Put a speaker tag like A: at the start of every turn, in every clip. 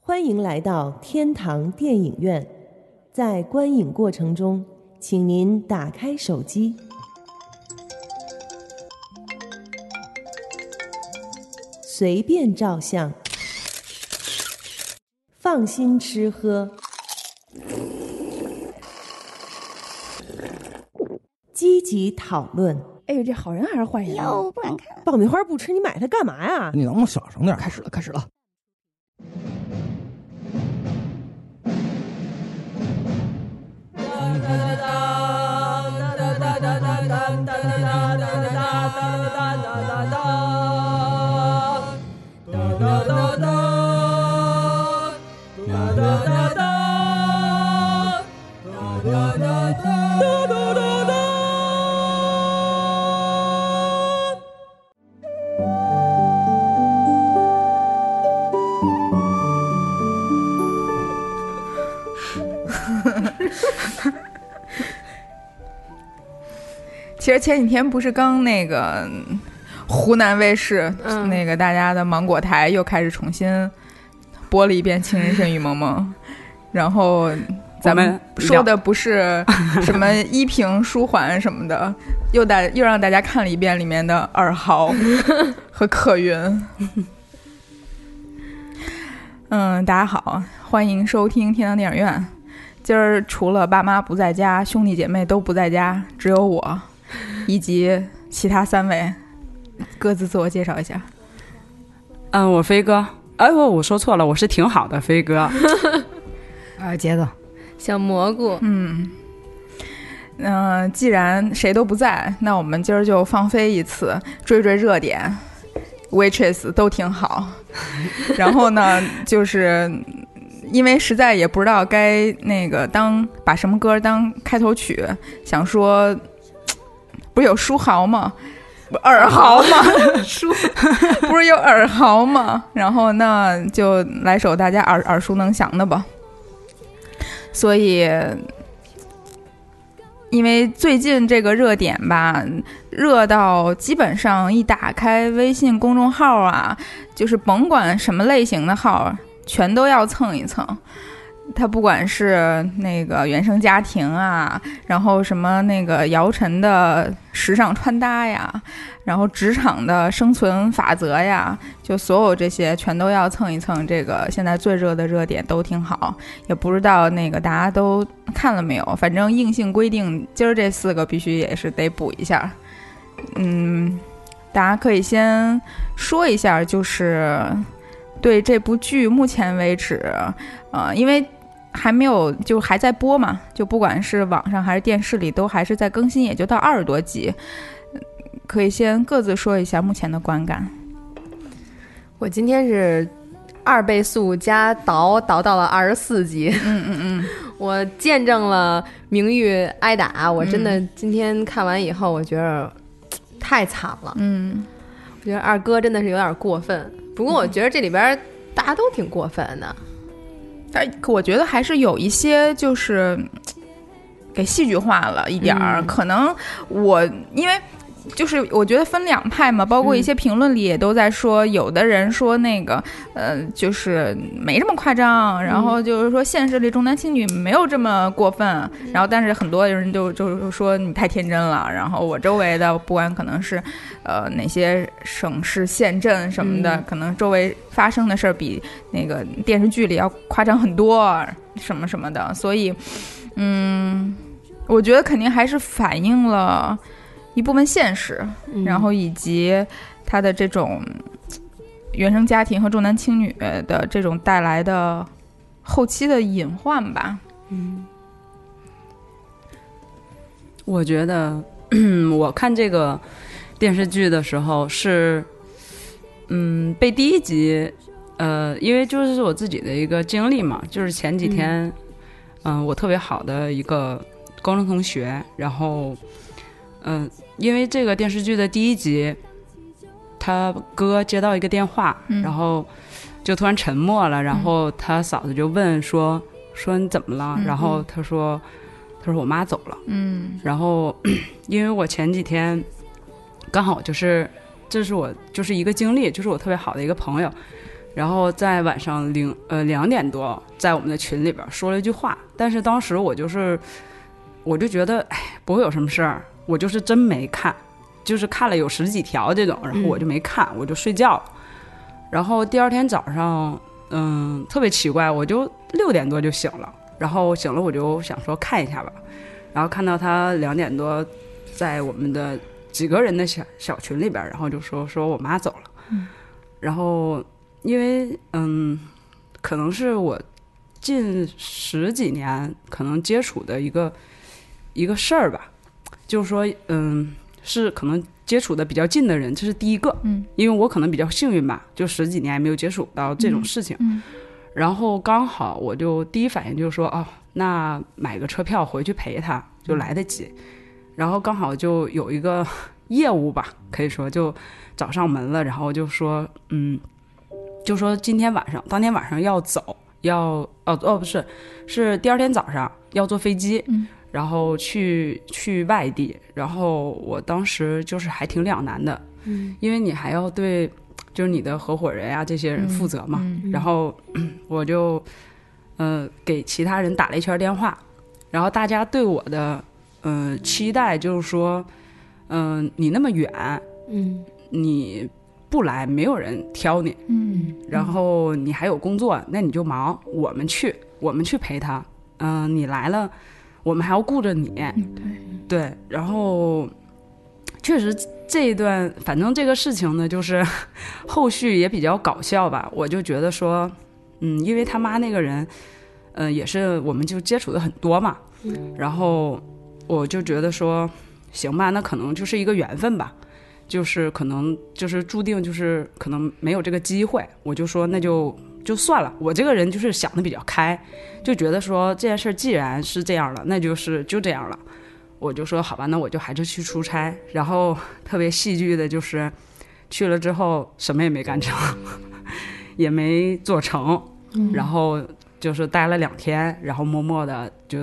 A: 欢迎来到天堂电影院，在观影过程中，请您打开手机。随便照相，放心吃喝，积极讨论。
B: 哎呦，这好人还是坏人、啊？
C: 哟，不敢
D: 哦
C: 看，
A: 爆米花不吃，你买它干嘛呀？
E: 你能不能小声点？
B: 开始了，开始了。
F: 其实前几天不是刚那个嗯湖南卫视、
G: 嗯
F: 那个大家的芒果台又开始重新播了一遍《情深深雨蒙蒙》，然后咱们说的不是什么依萍、舒缓什么的，又大又让大家看了一遍里面的尔豪和可云。嗯，大家好，欢迎收听天堂电影院。今儿除了爸妈不在家，兄弟姐妹都不在家，只有我以及其他三位，各自自我介绍一下。
G: 嗯，我飞哥，哎我我说错了，我是挺好的飞哥，
B: 啊，杰子，
D: 小蘑菇，
F: 嗯，嗯、既然谁都不在，那我们今儿就放飞一次，追追热点，witches 都挺 好。然后呢，就是因为实在也不知道该那个当把什么歌当开头曲，想说，不是有书豪吗？不尔豪吗？ 书 不是有尔豪吗？然后那就来首大家耳耳熟能详的吧。所以，因为最近这个热点吧，热到基本上一打开微信公众号啊，就是甭管什么类型的号，全都要蹭一蹭。他不管是那个原生家庭啊，然后什么那个姚晨的时尚穿搭呀，然后职场的生存法则呀，就所有这些全都要蹭一蹭。这个现在最热的热点都挺好，也不知道那个大家都看了没有，反正硬性规定，今儿这四个必须也是得补一下。嗯，大家可以先说一下，就是对这部剧目前为止，呃，因为还没有就还在播嘛，就不管是网上还是电视里，都还是在更新，也就到二十多集。嗯可以先各自说一下目前的观感。
D: 我今天是二倍速加倒倒到了二十四集，
F: 嗯嗯嗯，
D: 我见证了明玉挨打，我真的今天看完以后，我觉得嘖太惨了，
F: 嗯，
D: 我觉得二哥真的是有点过分。不过我觉得这里边大家都挺过分的，
F: 但我觉得还是有一些就是嗯给戏剧化了一点儿、
D: 嗯
F: 可能我因为。就是我觉得分两派嘛，包括一些评论里也都在说，有的人说那个，呃，就是没这么夸张，然后就是说现实里重男轻女没有这么过分，
D: 嗯
F: 然后但是很多人就就是说你太天真了，然后我周围的不管可能是，呃哪些省市县镇什么的，
D: 嗯
F: 可能周围发生的事儿比那个电视剧里要夸张很多，什么什么的，所以，嗯，我觉得肯定还是反映了一部分现实，
D: 嗯
F: 然后以及他的这种原生家庭和重男轻女的这种带来的后期的隐患吧。
G: 我觉得 我看这个电视剧的时候是，嗯，被第一集，呃，因为就是我自己的一个经历嘛，就是前几天，嗯、我特别好的一个高中同学，然后，嗯、因为这个电视剧的第一集，他哥接到一个电话，
F: 嗯
G: 然后就突然沉默了，然后他嫂子就问说说你怎么了？
F: 嗯
G: 然后他说他说我妈走了。
F: 嗯
G: 然后 因为我前几天刚好就是，这是我就是一个经历，就是我特别好的一个朋友，然后在晚上零呃两点多，在我们的群里边说了一句话，但是当时我就是，我就觉得哎不会有什么事儿，我就是真没看，就是看了有十几条这种，然后我就没哎看，我就睡觉了。然后第二天早上，嗯，特别奇怪，我就六点多就醒了，然后醒了我就想说看一下吧，然后看到他两点多在我们的几个人的小小群里边儿，然后就说说我妈走了，
F: 嗯
G: 然后因为嗯，可能是我近十几年可能接触的一个一个事儿吧，就是说嗯，是可能接触的比较近的人，这是第一个，
F: 嗯，
G: 因为我可能比较幸运吧，就十几年没有接触到这种事情，
F: 嗯
G: 然后刚好我就第一反应就是说，哦，那买个车票回去陪他就来得及。然后刚好就有一个业务吧，可以说就找上门了，然后就说，嗯，就说今天晚上，当天晚上要走，要哦哦不是，是第二天早上要坐飞机，
F: 嗯
G: 然后去去外地，然后我当时就是还挺两难的，
D: 嗯
G: 因为你还要对就是你的合伙人呀、这些人负责嘛，
F: 嗯
G: 然后我就呃给其他人打了一圈电话，然后大家对我的呃期待就是说，嗯、你那么远，
D: 嗯
G: 你不来没有人挑你，
F: 嗯
G: 然后你还有工作，那你就忙，我们去，我们去陪他。嗯、你来了，我们还要顾着你。对，然后确实这一段，反正这个事情呢，就是 后续也比较搞笑吧。我就觉得说，嗯，因为他妈那个人，嗯、也是我们就接触的很多嘛，然后我就觉得说，行吧，那可能就是一个缘分吧。就是可能就是注定就是可能没有这个机会，我就说那就就算了。我这个人就是想的比较开，就觉得说这件事儿既然是这样了，那就是就这样了。我就说好吧，那我就还是去出差。然后特别戏剧的就是去了之后什么也没干成， 也没做成，然后就是待了两天，然后默默的就。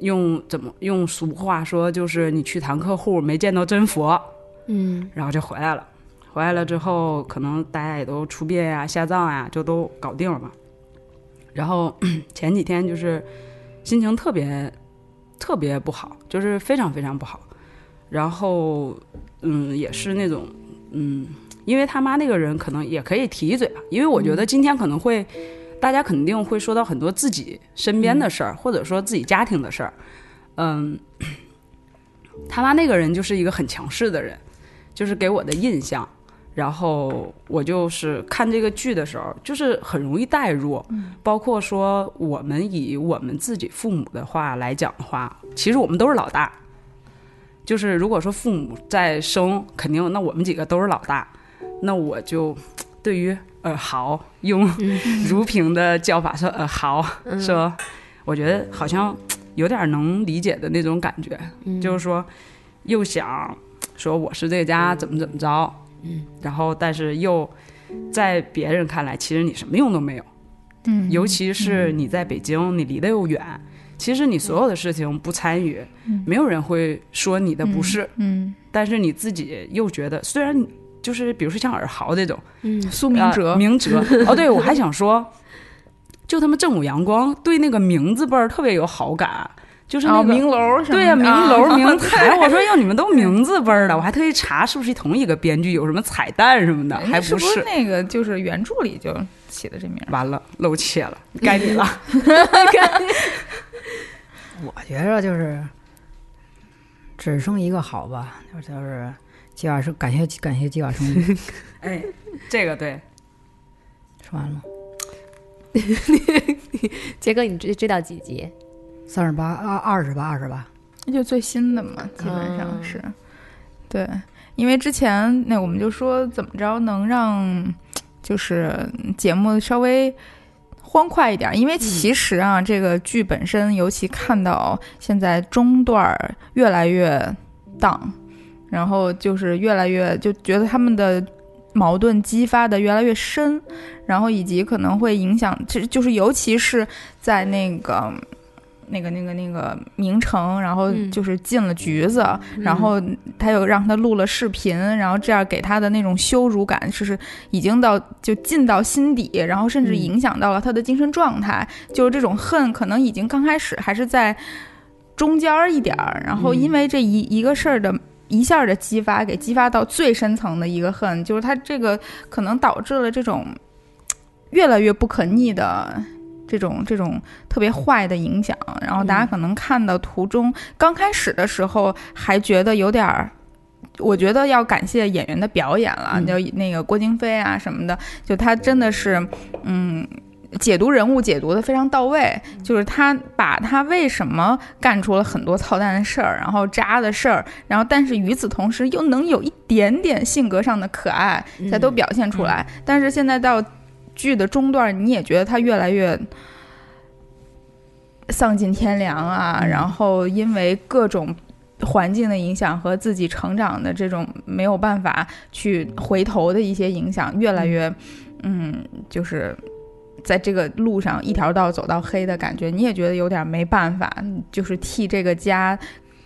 G: 用怎么用俗话说，就是你去谈客户没见到真佛，
D: 嗯
G: 然后就回来了。回来了之后，可能大家也都出殡呀、下葬呀，就都搞定了嘛。然后 前几天就是心情特别特别不好，就是非常非常不好。然后嗯，也是那种嗯，因为他妈那个人可能也可以提一嘴吧，因为我觉得今天可能会。大家肯定会说到很多自己身边的事儿，或者说自己家庭的事儿。嗯，他妈那个人就是一个很强势的人，就是给我的印象。然后我就是看这个剧的时候，就是很容易代入，包括说我们以我们自己父母的话来讲的话，其实我们都是老大。就是如果说父母在生，肯定那我们几个都是老大，那我就对于呃豪用 如萍的叫法说呃豪说，我觉得好像有点能理解的那种感觉，嗯
D: 嗯
G: 就是说又想说我是这家怎么怎么着，嗯，然后但是又在别人看来，其实你什么用都没有，
F: 嗯
G: 尤其是你在北京，你离得又远，其实你所有的事情不参与，没有人会说你的不是，
F: 嗯
G: 但是你自己又觉得，虽然就是比如说像尔豪这种。
D: 嗯
F: 苏明
G: 呃
F: 哲
G: 明 哲。哦，对，我还想说，就他们正午阳光对那个名字辈儿特别有好感，就是那
F: 哦
G: 个、
F: 明楼什么的
G: 对呀、明楼
F: 啊
G: 明台，我说要你们都名字辈儿的，我还特意查是不是同一个编剧，有什么彩蛋什么的，还
F: 哎是
G: 不啊
F: 是那个就是原著里就起的这名儿？
G: 完了，露怯了，该你 了。
B: 我觉着就是只生一个好吧，就是计划生，感谢感谢计划 生育，
G: 哎，这个对，
B: 说完了吗。
D: 杰哥，你追追到几集？
B: 三十八啊，二十八，二十八，
F: 那就最新的嘛，基本
D: 啊
F: 上是。对，因为之前那我们就说怎么着能让就是节目稍微欢快一点，因为
G: 嗯
F: 其实啊，这个剧本身，尤其看到现在中段儿越来越荡，然后就是越来越就觉得他们的。矛盾激发的越来越深，然后以及可能会影响，这就是尤其是在那个那个那个那个名城，然后
D: 嗯
F: 就是进了局子，然后他又让他录了视频，然后这样给他的那种羞辱感，就是已经到就进到心底，然后甚至
B: 嗯
F: 影响到了他的精神状态。就是这种恨，可能已经刚开始还是在中间儿一点儿，然后因为这一、一个事儿的。一下儿的激发，给激发到最深层的一个恨，就是他这个可能导致了这种嗯越来越不可逆的这种这种特别坏的影响。然后大家可能看到途中，刚开始的时候还觉得有点儿。我觉得要感谢演员的表演了，
B: 嗯
F: 就那个郭京飞啊什么的，就他真的是，嗯，解读人物解读的非常到位，就是他把他为什么干出了很多操蛋的事儿，然后渣的事儿，然后但是与此同时又能有一点点性格上的可爱，他都表现出来。但是现在到剧的中段，你也觉得他越来越丧尽天良啊，然后因为各种。环境的影响和自己成长的这种没有办法去回头的一些影响，越来越，嗯，就是在这个路上一条道走到黑的感觉，你也觉得有点没办法，就是替这个家。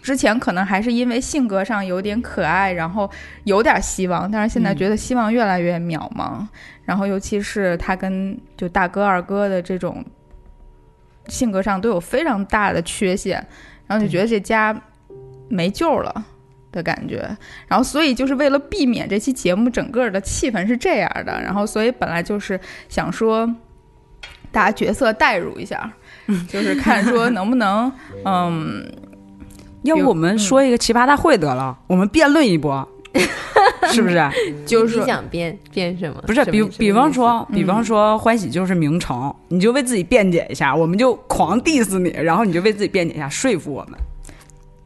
F: 之前可能还是因为性格上有点可爱，然后有点希望，但是现在觉得希望越来越渺茫。然后尤其是他跟就大哥二哥的这种性格上都有非常大的缺陷，然后就觉得这家没救了的感觉。然后所以就是为了避免这期节目整个的气氛是这样的，然后所以本来就是想说大家角色代入一下， 就是看说能不能嗯。
G: 要不我
D: 嗯
G: 们说一个奇葩大会得了，我们辩论 一波，是不是？啊
F: 就
D: 你
F: 是
D: 想变变什么？
G: 不是，
D: 什么
G: 比
D: 什么
G: 比方
D: 意思
G: 说，比方
F: 嗯
G: 说，欢喜就是名城，你就为自己辩解一下，我们就狂 diss 你，然后你就为自己辩解一下，说服我们，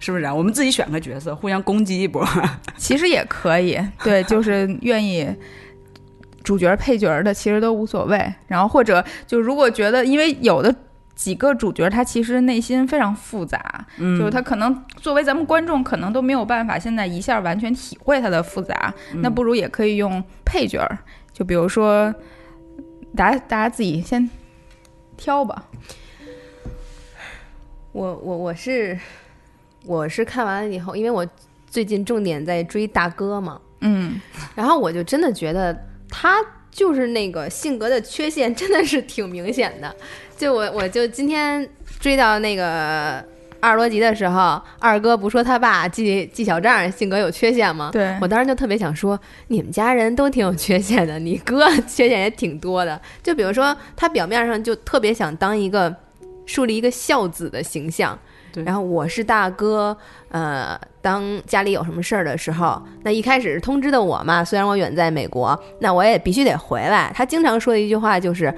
G: 是不是？我们自己选个角色，互相攻击一波。
F: 其实也可以，对，就是愿意主角配角的其实都无所谓。然后或者就如果觉得，因为有的几个主角他其实内心非常复杂，
G: 嗯
F: 就是他可能作为咱们观众可能都没有办法现在一下完全体会他的复杂，那不如也可以用配角儿，就比如说大家大家自己先挑吧，
D: 我我我是我是看完了以后，因为我最近重点在追大哥嘛，
F: 嗯，
D: 然后我就真的觉得他就是那个性格的缺陷真的是挺明显的。就我我就今天追到那个二十多集的时候，二哥不说他爸记记小账性格有缺陷吗？
F: 对
D: 我当时就特别想说，你们家人都挺有缺陷的，你哥缺陷也挺多的。就比如说，他表面上就特别想当一个树立一个孝子的形象，
G: 对
D: 然后我是大哥，呃，当家里有什么事儿的时候，那一开始是通知的我嘛，虽然我远在美国，那我也必须得回来。他经常说的一句话就是，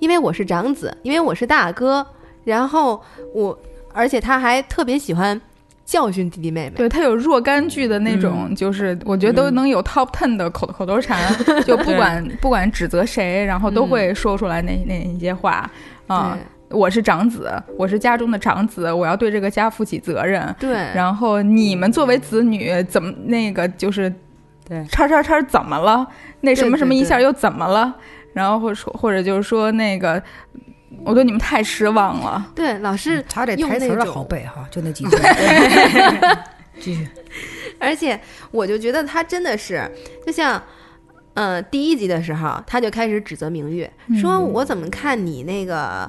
D: 因为我是长子，因为我是大哥，然后我，而且他还特别喜欢教训弟弟妹妹。
F: 对，它有若干句的那种，
D: 嗯
F: 就是我觉得都能有 top ten 的口口头禅，就不管不管指责谁，然后都
D: 嗯
F: 会说出来那、那那些话啊。我是长子，我是家中的长子，我要对这个家负起责任。
D: 对，对，嗯
F: 然后你们作为子女，怎么那个就是
G: 对
F: 叉叉叉怎么了？那什么
D: 对
F: 什么
D: 对
F: 一下又怎么了？然后或者说或者就是说那个，我对你们太失望了。
D: 对，老是
B: 他这
D: 用
B: 台词
D: 那
B: 儿
D: 种
B: 好背哈，就那几句。 继续，
D: 而且我就觉得他真的是，就像，呃，第一集的时候，他就开始指责明月，说我怎么看你那个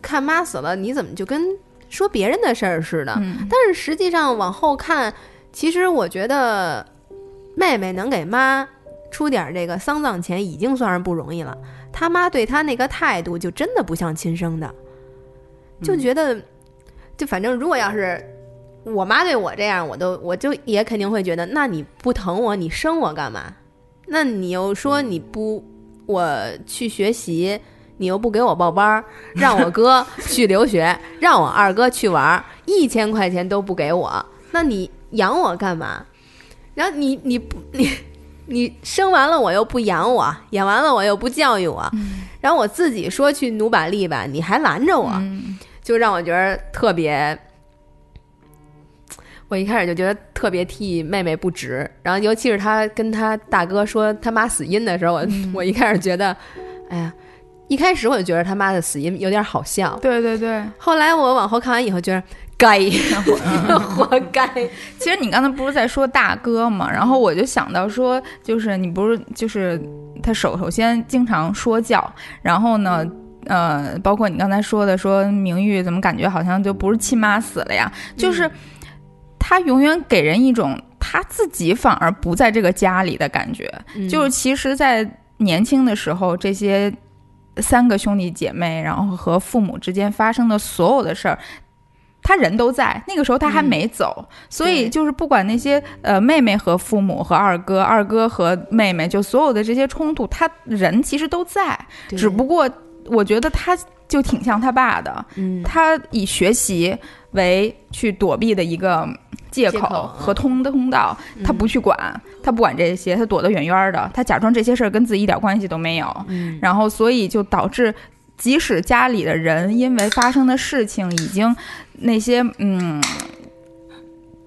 D: 看妈死了，你怎么就跟说别人的事儿似的？
F: 嗯，
D: 但是实际上往后看，其实我觉得妹妹能给妈出点儿这个丧葬钱，已经算是不容易了。他妈对她那个态度，就真的不像亲生的，就觉得，就反正如果要是我妈对我这样，我都我就也肯定会觉得，那你不疼我，你生我干嘛？那你又说你不，我去学习，你又不给我报班儿，让我哥去留学，让我二哥去玩儿，一千块钱都不给我，那你养我干嘛？然后你你不你你生完了我又不养我，养完了我又不教育我，然后我自己说去努把力吧，你还拦着我，
F: 嗯
D: 就让我觉得特别。我一开始就觉得特别替妹妹不值，然后尤 其是她跟她大哥说他妈死因的时候，我、我一开始觉得，哎呀，一开始我就觉得他妈的死因有点好笑，
F: 对对对，
D: 后来我往后看完以后觉得该 活该，
F: 其实你刚才不是在说大哥嘛，然后我就想到说，就是你不是就是他首首先经常说教，然后呢。呃，包括你刚才说的，说明玉怎么感觉好像就不是亲妈死了呀？就是他永远给人一种他自己反而不在这个家里的感觉。
D: 嗯
F: 就是其实，在年轻的时候，这些三个兄弟姐妹，然后和父母之间发生的所有的事儿。他人都在，那个时候他还没走，所以
D: 嗯对
F: 就是不管那些呃妹妹和父母和二哥，二哥和妹妹，就所有的这些冲突，他人其实都在，
D: 对
F: 只不过我觉得他就挺像他爸的，
D: 嗯
F: 他以学习为去躲避的一个借
D: 借
F: 口
D: 口嗯
F: 和通通道，他不去管，他不管这些，他躲得远远的，他假装这些事儿跟自己一点关系都没有，
D: 嗯
F: 然后所以就导致，即使家里的人因为发生的事情已经那些嗯。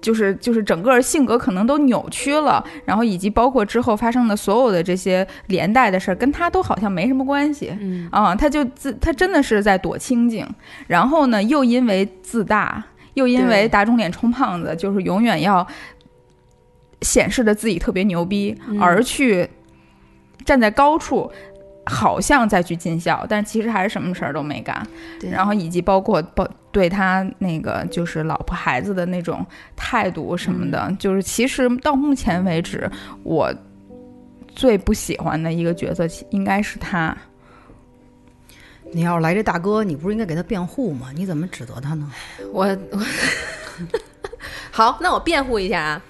F: 就是就是整个性格可能都扭曲了，然后以及包括之后发生的所有的这些连带的事儿，跟他都好像没什么关系。
D: 嗯
F: 啊，他就自他真的是在躲清静，然后呢，又因为自大，又因为
D: 对
F: 打肿脸充胖子，就是永远要显示的自己特别牛逼，
D: 嗯
F: 而去站在高处，好像再去尽孝，但其实还是什么事儿都没干。
D: 对
F: 然后以及包括包对他那个就是老婆孩子的那种态度什么的，
D: 嗯
F: 就是其实到目前为止，我最不喜欢的一个角色其应该是他。
B: 你要是来这大哥，你不是应该给他辩护吗？你怎么指责他呢？
D: 我我好，那我辩护一下啊，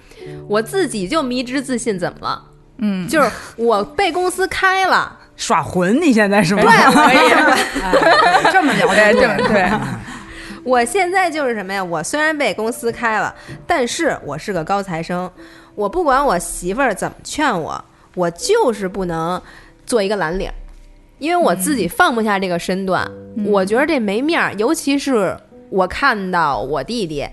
D: 我自己就迷之自信怎么了？
F: 嗯，
D: 就是我被公司开了，
B: 耍混，你现在是吗？
D: 对，我也
B: 这么聊
F: 对，
B: 天，
F: 这么对，
D: 我现在就是什么呀？我虽然被公司开了，但是我是个高材生，我不管我媳妇儿怎么劝我，我就是不能做一个蓝领儿，因为我自己放不下这个身段，我觉得这没面儿。尤其是我看到我弟弟，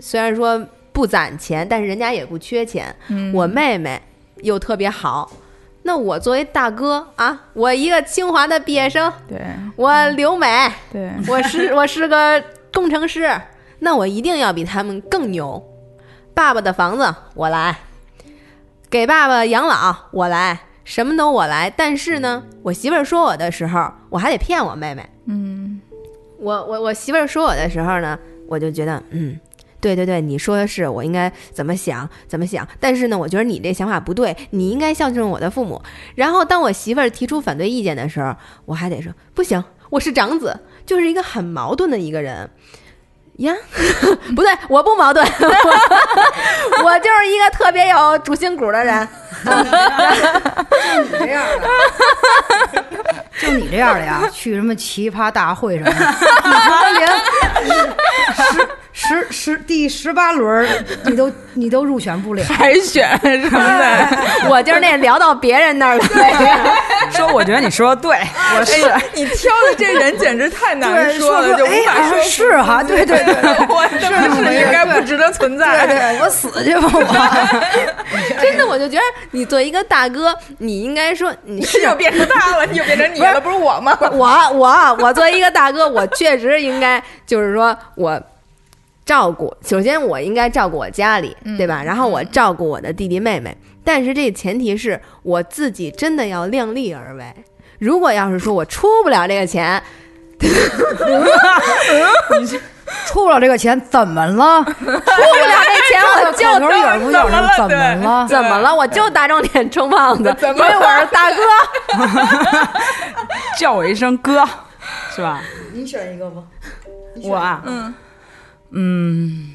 D: 虽然说不攒钱，但是人家也不缺钱，我妹妹又特别好。那我作为大哥啊，我一个清华的毕业生，
F: 对
D: 我留美，
F: 对，
G: 嗯
D: 我是我是个工程师， 那我一定要比他们更牛。爸爸的房子我来，给爸爸养老我来，什么都我来。但是呢，我媳妇儿说我的时候，我还得骗我妹妹。
F: 嗯，
D: 我我我媳妇儿说我的时候呢，我就觉得嗯。对对对，你说的是，我应该怎么想怎么想。但是呢，我觉得你这想法不对，你应该孝敬我的父母。然后当我媳妇儿提出反对意见的时候，我还得说不行，我是长子，就是一个很矛盾的一个人呀。 不对，我不矛盾， 我我就是一个特别有主心骨的人。
B: 这样的， 就你这样的呀，去什么奇葩大会什么的， 十十十第十八轮儿你都你都入选不了。
F: 海选什么的，
D: 我就是那聊到别人那儿了。
G: 说我觉得你说的
F: 哎
G: 对，我是
F: 你挑的这人简直太难
B: 对，说
F: 了，就无法
B: 哎
F: 说
B: 哎
F: 服。
B: 是哈，对 对对
F: 我真的是应该不值得存
B: 对
F: 在。
B: 对，我死去吧我。
D: 真的，我就觉得你作为一个大哥，你应该说你
F: 你
D: 是
F: 就变成他了，你就变成你了，不是我吗？
D: 我我我作为一个大哥，我确实应该就是说我照顾，首先我应该照顾我家里，
F: 嗯
D: 对吧？然后我照顾我的弟弟妹妹，但是这前提是我自己真的要量力而为。如果要是说我出不了这个钱，
B: 出不了这个钱怎么 了？
D: 出不了这钱，我就
B: 口头语儿不叫什么怎么了？
D: 怎么了？我就打肿脸充胖子，因
F: 怎么了
D: 为我是 大哥。
G: 叫我一声哥，是吧？
B: 你选一个吧。
G: 我啊，
F: 嗯
G: 嗯，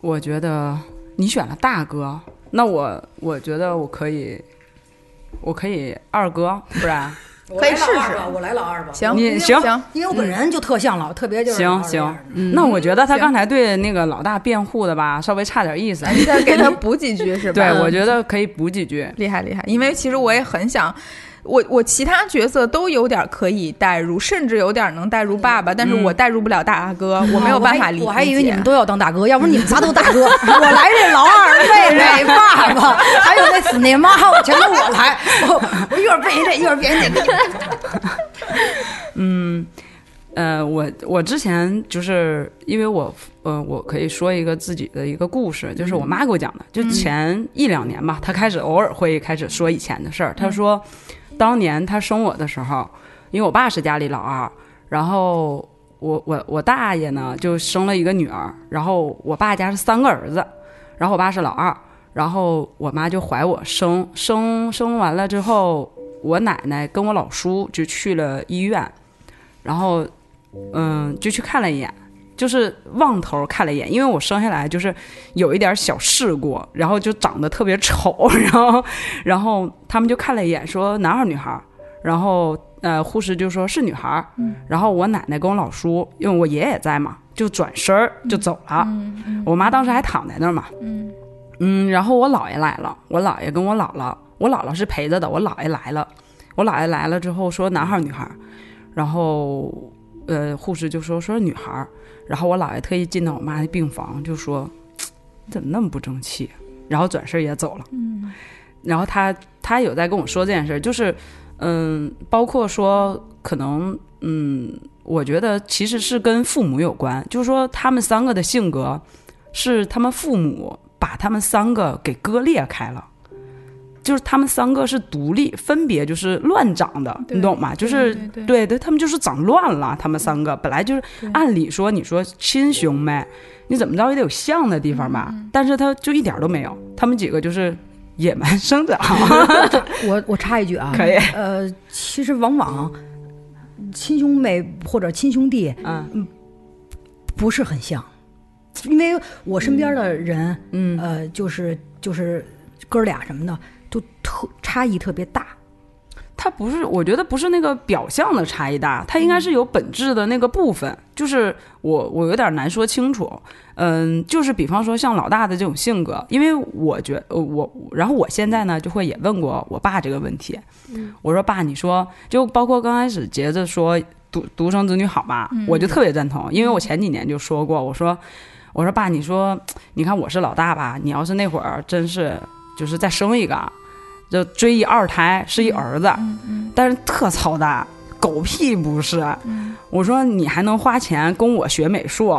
G: 我觉得你选了大哥，那我我觉得我可以，我可以二哥，不然
B: 可以试试，我来老二吧。
F: 行
G: 你
F: 行
G: 行
B: 因为我本人就特像老，特别就是老
G: 行
B: 二这样
G: 行
B: 的，
G: 那我觉得他
F: 行
G: 刚才对那个老大辩护的吧，稍微差点意思。
F: 再给他补几句是 吧？嗯
G: 对，我觉得可以补几句。
F: 厉害厉害，因为其实我也很想。我我其他角色都有点可以代入，甚至有点能代入爸爸，但是
G: 嗯
F: 我代入不了大哥，
G: 哦
F: 我没有办法理解。
B: 啊我还以为你们都要当大哥，要不然你们仨都大哥， 我来这老二、妹妹、爸 爸，还有那死那妈，我全都我来，我我一会儿背这，一会儿背那。
G: 嗯，呃，我我之前就是因为我呃，我可以说一个自己的一个故事，就是我妈给我讲的，就前一两年吧，她开始偶尔会开始说以前的事儿。她说，当年她生我的时候，因为我爸是家里老二，然后我我我大爷呢就生了一个女儿，然后我爸家是三个儿子，然后我爸是老二。然后我妈就怀我生生生完了之后，我奶奶跟我老叔就去了医院，然后嗯就去看了一眼，就是望头看了一眼，因为我生下来就是有一点小事故，然后就长得特别丑，然后然后他们就看了一眼，说男孩儿女孩儿，然后呃护士就说是女孩儿，然后我奶奶跟我老叔，因为我爷爷也在嘛，就转身儿就走了，我妈当时还躺在那儿嘛，嗯，然后我姥爷来了，我姥爷跟我姥姥，我姥姥是陪着的，我姥爷来了，我姥爷来了之后说男孩儿女孩儿，然后呃护士就说说是女孩儿，然后我姥爷特意进到我妈的病房就说嘖你怎么那么不争气，然后转身也走了，嗯，然后他他有在跟我说这件事儿，就是嗯，包括说可能嗯，我觉得其实是跟父母有关，就是说他们三个的性格。是他们父母把他们三个给割裂开了，就是他们三个是独立，分别就是乱长的，
F: 对
G: 你懂吗？就是
F: 对对
G: 对对，他们就是长乱了，他们三个本来就是按理说，你说亲兄妹，你怎么着也得有像的地方
F: 嗯
G: 吧？但是他就一点儿都没有，他们几个就是野蛮生长，
B: 我我插一句啊，
G: 可以，
B: 呃，其实往往亲兄妹或者亲兄弟
G: 嗯
B: 不是很像，因为我身边的人，
G: 嗯
B: 呃，就是就是哥俩什么的，就特差异特别大。
G: 它不是，我觉得不是那个表象的差异大，它应该是有本质的那个部分。就是我我有点难说清楚，嗯，就是比方说像老大的这种性格，因为我觉呃我，然后我现在呢就会也问过我爸这个问题，我说爸，你说就包括刚开始杰子说独独生子女好吗？我就特别赞同，因为我前几年就说过，我说我说爸，你说你看我是老大吧，你要是那会儿真是就是再生一个。就追一二胎是一儿子，但是特操蛋，狗屁不是。我说你还能花钱供我学美术，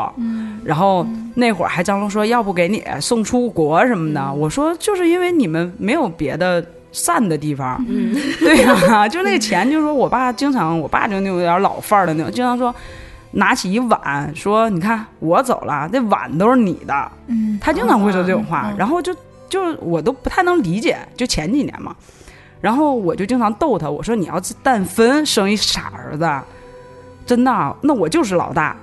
G: 然后那会儿还张罗说要不给你送出国什么的。我说就是因为你们没有别的善的地方，
F: 嗯
G: 对呀、就那钱，就是说我爸经常，我爸就那种有点老范儿的那种，经常说。拿起一碗说：“你看，我走了，这碗都是你的。”
F: 嗯，
G: 他经常会说这种话，
F: 嗯嗯
G: 然后就就我都不太能理解，就前几年嘛，然后我就经常逗他，我说你要是但分生一傻儿子，真的，啊那我就是老大，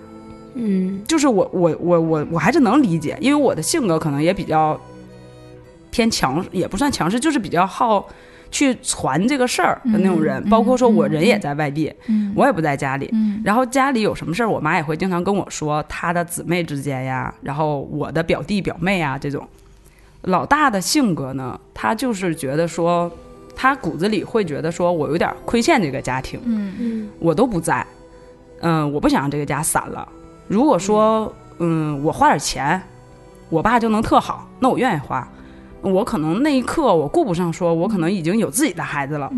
D: 嗯，
G: 就是我我我我我还是能理解，因为我的性格可能也比较偏强，也不算强势，就是比较好去传这个事儿的那种人，
F: 嗯
G: 包括说
F: 嗯
G: 我人也
F: 嗯
G: 在外地，
F: 嗯
G: 我也不在家里，
F: 嗯
G: 然后家里有什么事儿，我妈也会经常跟我说她的姊妹之间呀，然后我的表弟表妹啊这种。老大的性格呢，他就是觉得说，他骨子里会觉得说我有点亏欠这个家庭，
F: 嗯
G: 我都不在，嗯，我不想让这个家散了。如果说，嗯，我花点钱，我爸就能特好，那我愿意花。我可能那一刻我顾不上说，我可能已经有自己的孩子了，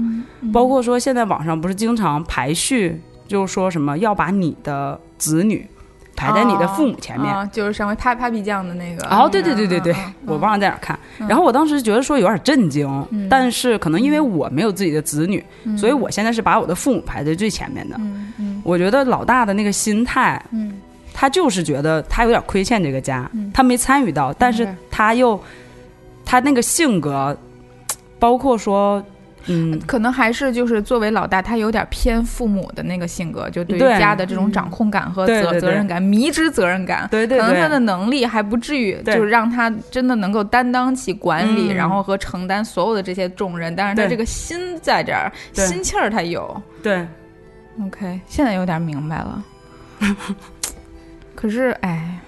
G: 包括说现在网上不是经常排序，就是说什么要把你的子女排在你的父母前面。
F: 啊，就是上回啪啪比酱的那个。
G: 哦，对对对对对，
F: 嗯嗯
G: 我忘了在哪儿看。然后我当时觉得说有点震惊，但是可能因为我没有自己的子女，所以我现在是把我的父母排在最前面的。
F: 嗯嗯
G: 我觉得老大的那个心态，
F: 嗯
G: 他就是觉得他有点亏欠这个家，他没参与到，但是
F: 白
G: 他又他那个性格，包括说，嗯，
F: 可能还是就是作为老大，他有点偏父母的那个性格，就对于
G: 对嗯
F: 家的这种掌控感和
G: 对
F: 责
G: 对对
F: 责任感、迷之责任感。
G: 对对对，
F: 可能他的能力还不至于，
G: 对
F: 就是让他真的能够担当起管理，
G: 嗯
F: 然后和承担所有的这些重任。但是他
G: 对
F: 这个心在这儿，
G: 对
F: 心气儿他有。
G: 对，
F: OK，现在有点明白了。 可是，哎，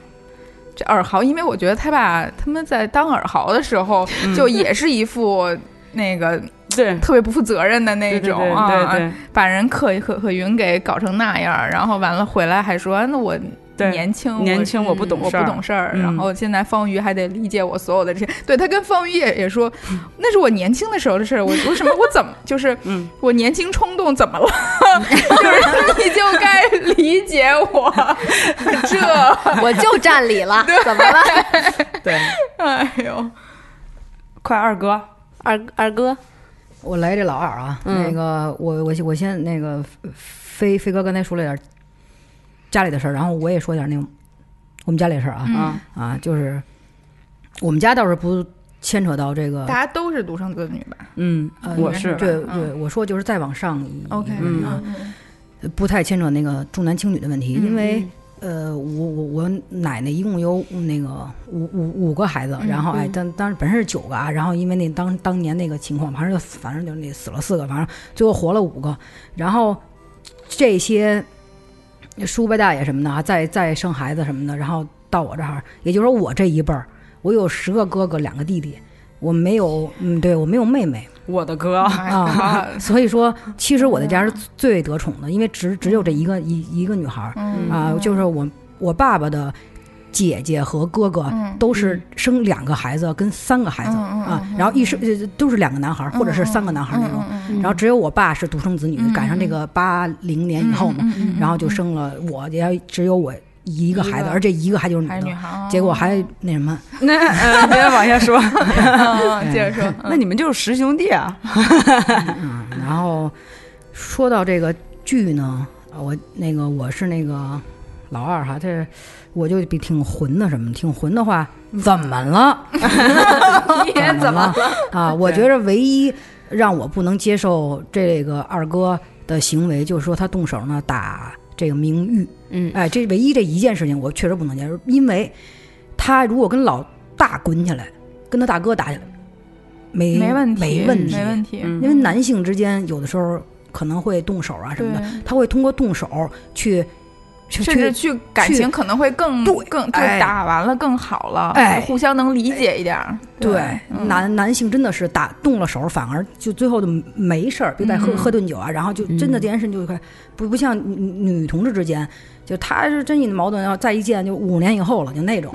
F: 这尔豪，因为我觉得他吧，他们在当尔豪的时候，
G: 嗯
F: 就也是一副那个
G: 对
F: 特别不负责任的那
G: 对对
F: 种
G: 对
F: 啊，
G: 对对
F: 把人可可可云给搞成那样儿，然后完了回来还说，那我
G: 对
F: 年轻，
G: 年
F: 我
G: 轻我不懂
F: 我
G: 事
F: 不
G: 儿
F: 懂事儿，
G: 嗯
F: 然后现在方瑜还得理解我所有的这些。对他跟方瑜也也说，那是我年轻的时候的事儿，我为什么我怎么就是
G: 嗯
F: 我年轻冲动怎么了？就是你就该理解我，这
D: 我就占理 了，怎么了？
G: 对，
F: 哎呦，
G: 快二哥，
D: 二二哥，
B: 我来这老二啊，
D: 嗯
B: 那个我我先我先那个飞飞哥刚才说了点家里的事儿，然后我也说点那个我们家里的事儿啊、
F: 嗯，
B: 啊，就是我们家倒是不牵扯到这个
F: 大，家都是独生子女吧
G: 嗯
B: 呃，
G: 我
F: 应该
G: 是
B: 对
F: 吧
B: 对，我说就是再往上一
F: ？OK，
B: 嗯
F: 嗯
B: 不太牵扯那个重男轻女的问题，
F: 嗯
B: 因为呃，我我我奶奶一共有那个五五五个孩子，
F: 嗯
B: 然后哎，
D: 嗯
B: 当当时本身是九个啊，然后因为那当当年那个情况，反正就反正就那死了四个，反正最后活了五个，然后这些叔伯大爷什么的啊，再再生孩子什么的，然后到我这儿，也就是说我这一辈儿，我有十个哥哥，两个弟弟，我没有，嗯，对我没有妹妹，
G: 我的哥，
F: 啊，
B: 所以说，其实我在家是最得宠的，因为只只有这一个一一个女孩儿
F: 嗯
B: 啊，就是我我爸爸的姐姐和哥哥
F: 嗯
B: 都是生两个孩子跟三个孩子
F: 嗯嗯
B: 啊
F: 嗯，
B: 然后一生呃都是两个男孩儿或者是三个男孩儿那种，
F: 嗯
B: 然后只有我爸是独生子女
F: 嗯，
B: 赶上这个八零年以后嘛，
F: 嗯嗯嗯嗯
B: 然后就生了我，也只有我一个孩子，
F: 一个
B: 而这一个还就是女
F: 还是女
B: 的，
F: 孩儿，哦
B: 结果还那什么，
G: 那呃，别往下说，
F: 嗯接着说，
G: 那你们就是十兄弟啊，
B: 嗯，然后说到这个剧呢，啊我那个我是那个老二哈，这我就比挺混的什么，挺混的话，怎么了？
D: 你也怎么
B: 了？啊，我觉着唯一让我不能接受这个二哥的行为，就是说他动手呢打这个明玉，
D: 嗯
B: 哎，这唯一这一件事情我确实不能接受，因为他如果跟老大滚起来，跟他大哥打起来，没
F: 没问题，
B: 没问题，
F: 没问题，
G: 嗯
B: 因为男性之间有的时候可能会动手啊什么的，
F: 对
B: 他会通过动手去去
F: 甚至
B: 去
F: 去感情可能会更
B: 对
F: 更就
B: 哎
F: 打完了更好了，
B: 哎
F: 互相能理解一点儿，
B: 对
F: 嗯
B: 男男性真的是打动了手，反而就最后就没事儿，别再喝、
F: 嗯
B: 喝顿酒啊，然后就真的这件事就快不不像女女同志之间，就他是真一矛盾，要再一见就五年以后了，就那 种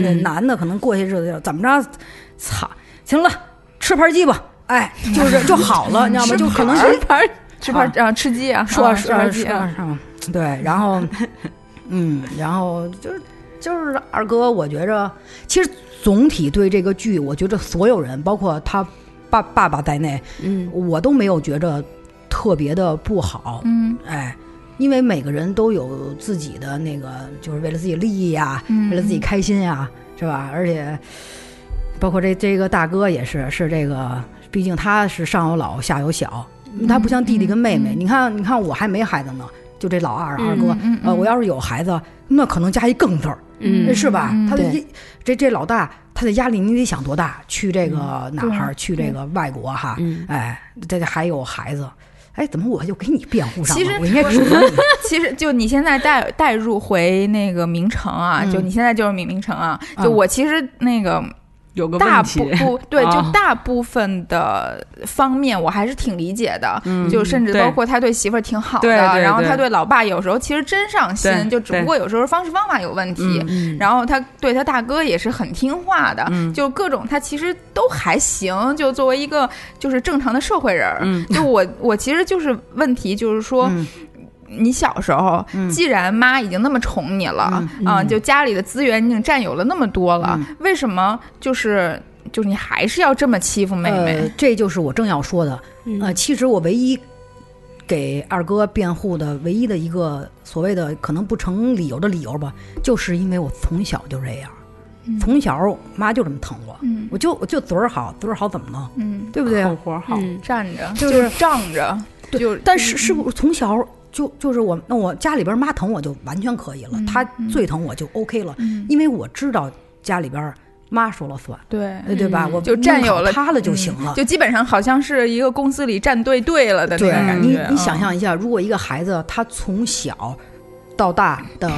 B: 那男的可能过些日子就怎么着，操，行了，吃盘鸡吧。哎，就是就好了，你知道吗？就可能就是
F: 盘吃盘啊吃鸡啊，
B: 说
F: 啊
B: 说
F: 吃盘鸡
B: 说
F: 啊，
B: 上，对，然 后，嗯，然后就是就是二哥，我觉着其实总体对这个剧，我觉着所有人，包括他爸爸爸在内，
D: 嗯
B: 我都没有觉着特别的不好，
F: 嗯
B: 哎，因为每个人都有自己的那个，就是为了自己利益啊呀、
F: 嗯，
B: 为了自己开心呀、是吧？而且包括这这个大哥也是，是这个，毕竟他是上有老下有小，他不像弟弟跟妹妹。
F: 嗯嗯
B: 你看，你看我还没孩子呢，就这老二
D: 嗯
B: 二哥，
F: 嗯嗯
B: 呃，我要是有孩子，那可能加一更字儿，
F: 嗯
B: 是吧？
F: 嗯
B: 他的
D: 对
B: 一这这老大，他的压力你得想多大？去这
F: 嗯
B: 个哪儿？去这个外国哈？
D: 嗯
B: 哎，这这还有孩子。哎，怎么我就给你辩护上了？
F: 其实
B: 我应该说你，
F: 其实就你现在带带入回那个明城啊，
B: 嗯
F: 就你现在就是明明城啊，就
B: 嗯
F: 我其实那个
G: 有个
F: 大
G: 问
F: 部
G: 题，
F: 不对，
G: 啊
F: 就大部分的方面我还是挺理解的，
B: 嗯
F: 就甚至
G: 对
F: 包括他对媳妇儿挺好的，
G: 对对
F: 然后
G: 对
F: 他对老爸有时候其实真上心，
G: 对
F: 就只不过有时候方式方法有问题
G: 嗯。
D: 嗯
F: 然后他对他大哥也是很听话的，
G: 嗯
F: 就各种他其实都还行。就作为一个就是正常的社会人儿，
G: 嗯
F: 就我我其实就是问题就是说，
B: 嗯
F: 你小时候，既然妈已经那么宠你了，
B: 嗯
F: 啊，就家里的资源已经占有了那么多了，为什么就是就是你还是要这么欺负妹
B: 呃
F: 妹？，
B: 这就是我正要说的。
F: 嗯
B: 呃，其实我唯一给二哥辩护的唯一的一个所谓的可能不成理由的理由吧，就是因为我从小就这样，从小妈就这么疼我，
F: 嗯
B: 我就我就嘴儿好，嘴儿好怎么了，
F: 嗯，
B: 对不对？
G: 口活好，
D: 嗯
F: 站着
B: 就是
F: 仗着，
B: 对
F: 就
B: 但是是
F: 嗯
B: 不是从小就就是我那我家里边妈疼我就完全可以了，
F: 嗯
B: 她
F: 嗯
B: 最疼我就 OK 了，
F: 嗯
B: 因为我知道家里边妈说了算，
F: 对，
B: 对吧？
D: 嗯
B: 我
F: 就占有了
B: 她了就行了。
F: 就基本上好像是一个公司里站队队了的那
B: 对
F: 个感
B: 你
F: 觉。，
B: 你
F: 嗯
B: 想，象一下，如果一个孩子他从小到大
F: 嗯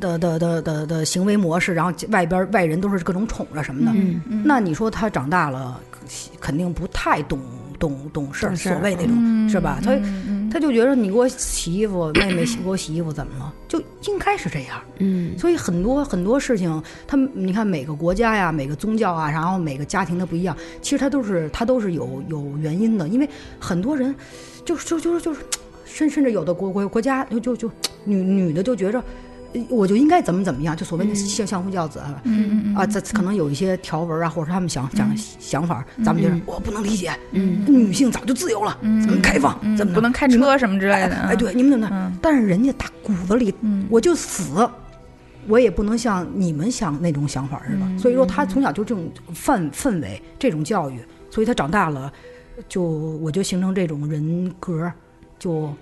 B: 的的的的的的行为模式，然后外边外人都是各种宠着什么的，
F: 嗯，
B: 那你说他长大了肯定不太懂懂懂事儿，
G: 懂事儿
B: 所谓那种、
F: 嗯
B: 是吧？他、
F: 嗯嗯
B: 他就觉得你给我洗衣服， 妹妹洗给我洗衣服怎么了？就应该是这样。
D: 嗯
B: 所以很多很多事情，他们你看每个国家呀、每个宗教啊，然后每个家庭它不一样，其实它都是它都是有有原因的，因为很多人就就就就是甚甚至有的国国国家就就就女女的就觉着。呃我就应该怎么怎么样，就所谓的相相夫教子啊，
F: 嗯
B: 啊，这可能有一些条文啊，或者是他们想想想法儿，咱们觉得我不能理解，
D: 嗯
B: 女性早就自由了，怎么开放，
F: 嗯嗯
B: 怎么
F: 不能开车什么之类的？
B: 哎，对，你们怎么
F: 嗯
B: 但是人家打骨子里，
F: 嗯
B: 我就死，我也不能像你们想那种想法似的。所以说，他从小就这种氛氛围，这种教育，所以他长大了，就我就形成这种人格，就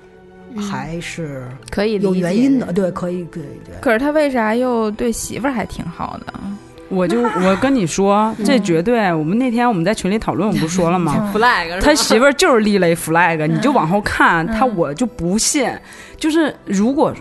B: 还是
D: 可以理解
B: 有原因的。对，可以，对对。
F: 可是他为啥又对媳妇儿还挺好的？
G: 我就我跟你说，
F: 嗯
G: 这绝对，我们那天我们在群里讨论，我不说了吗？
D: flag
G: 他媳妇儿就是立了一 flag，你就
F: 嗯
G: 往后看，他
F: 嗯
G: 我就不信，就是如果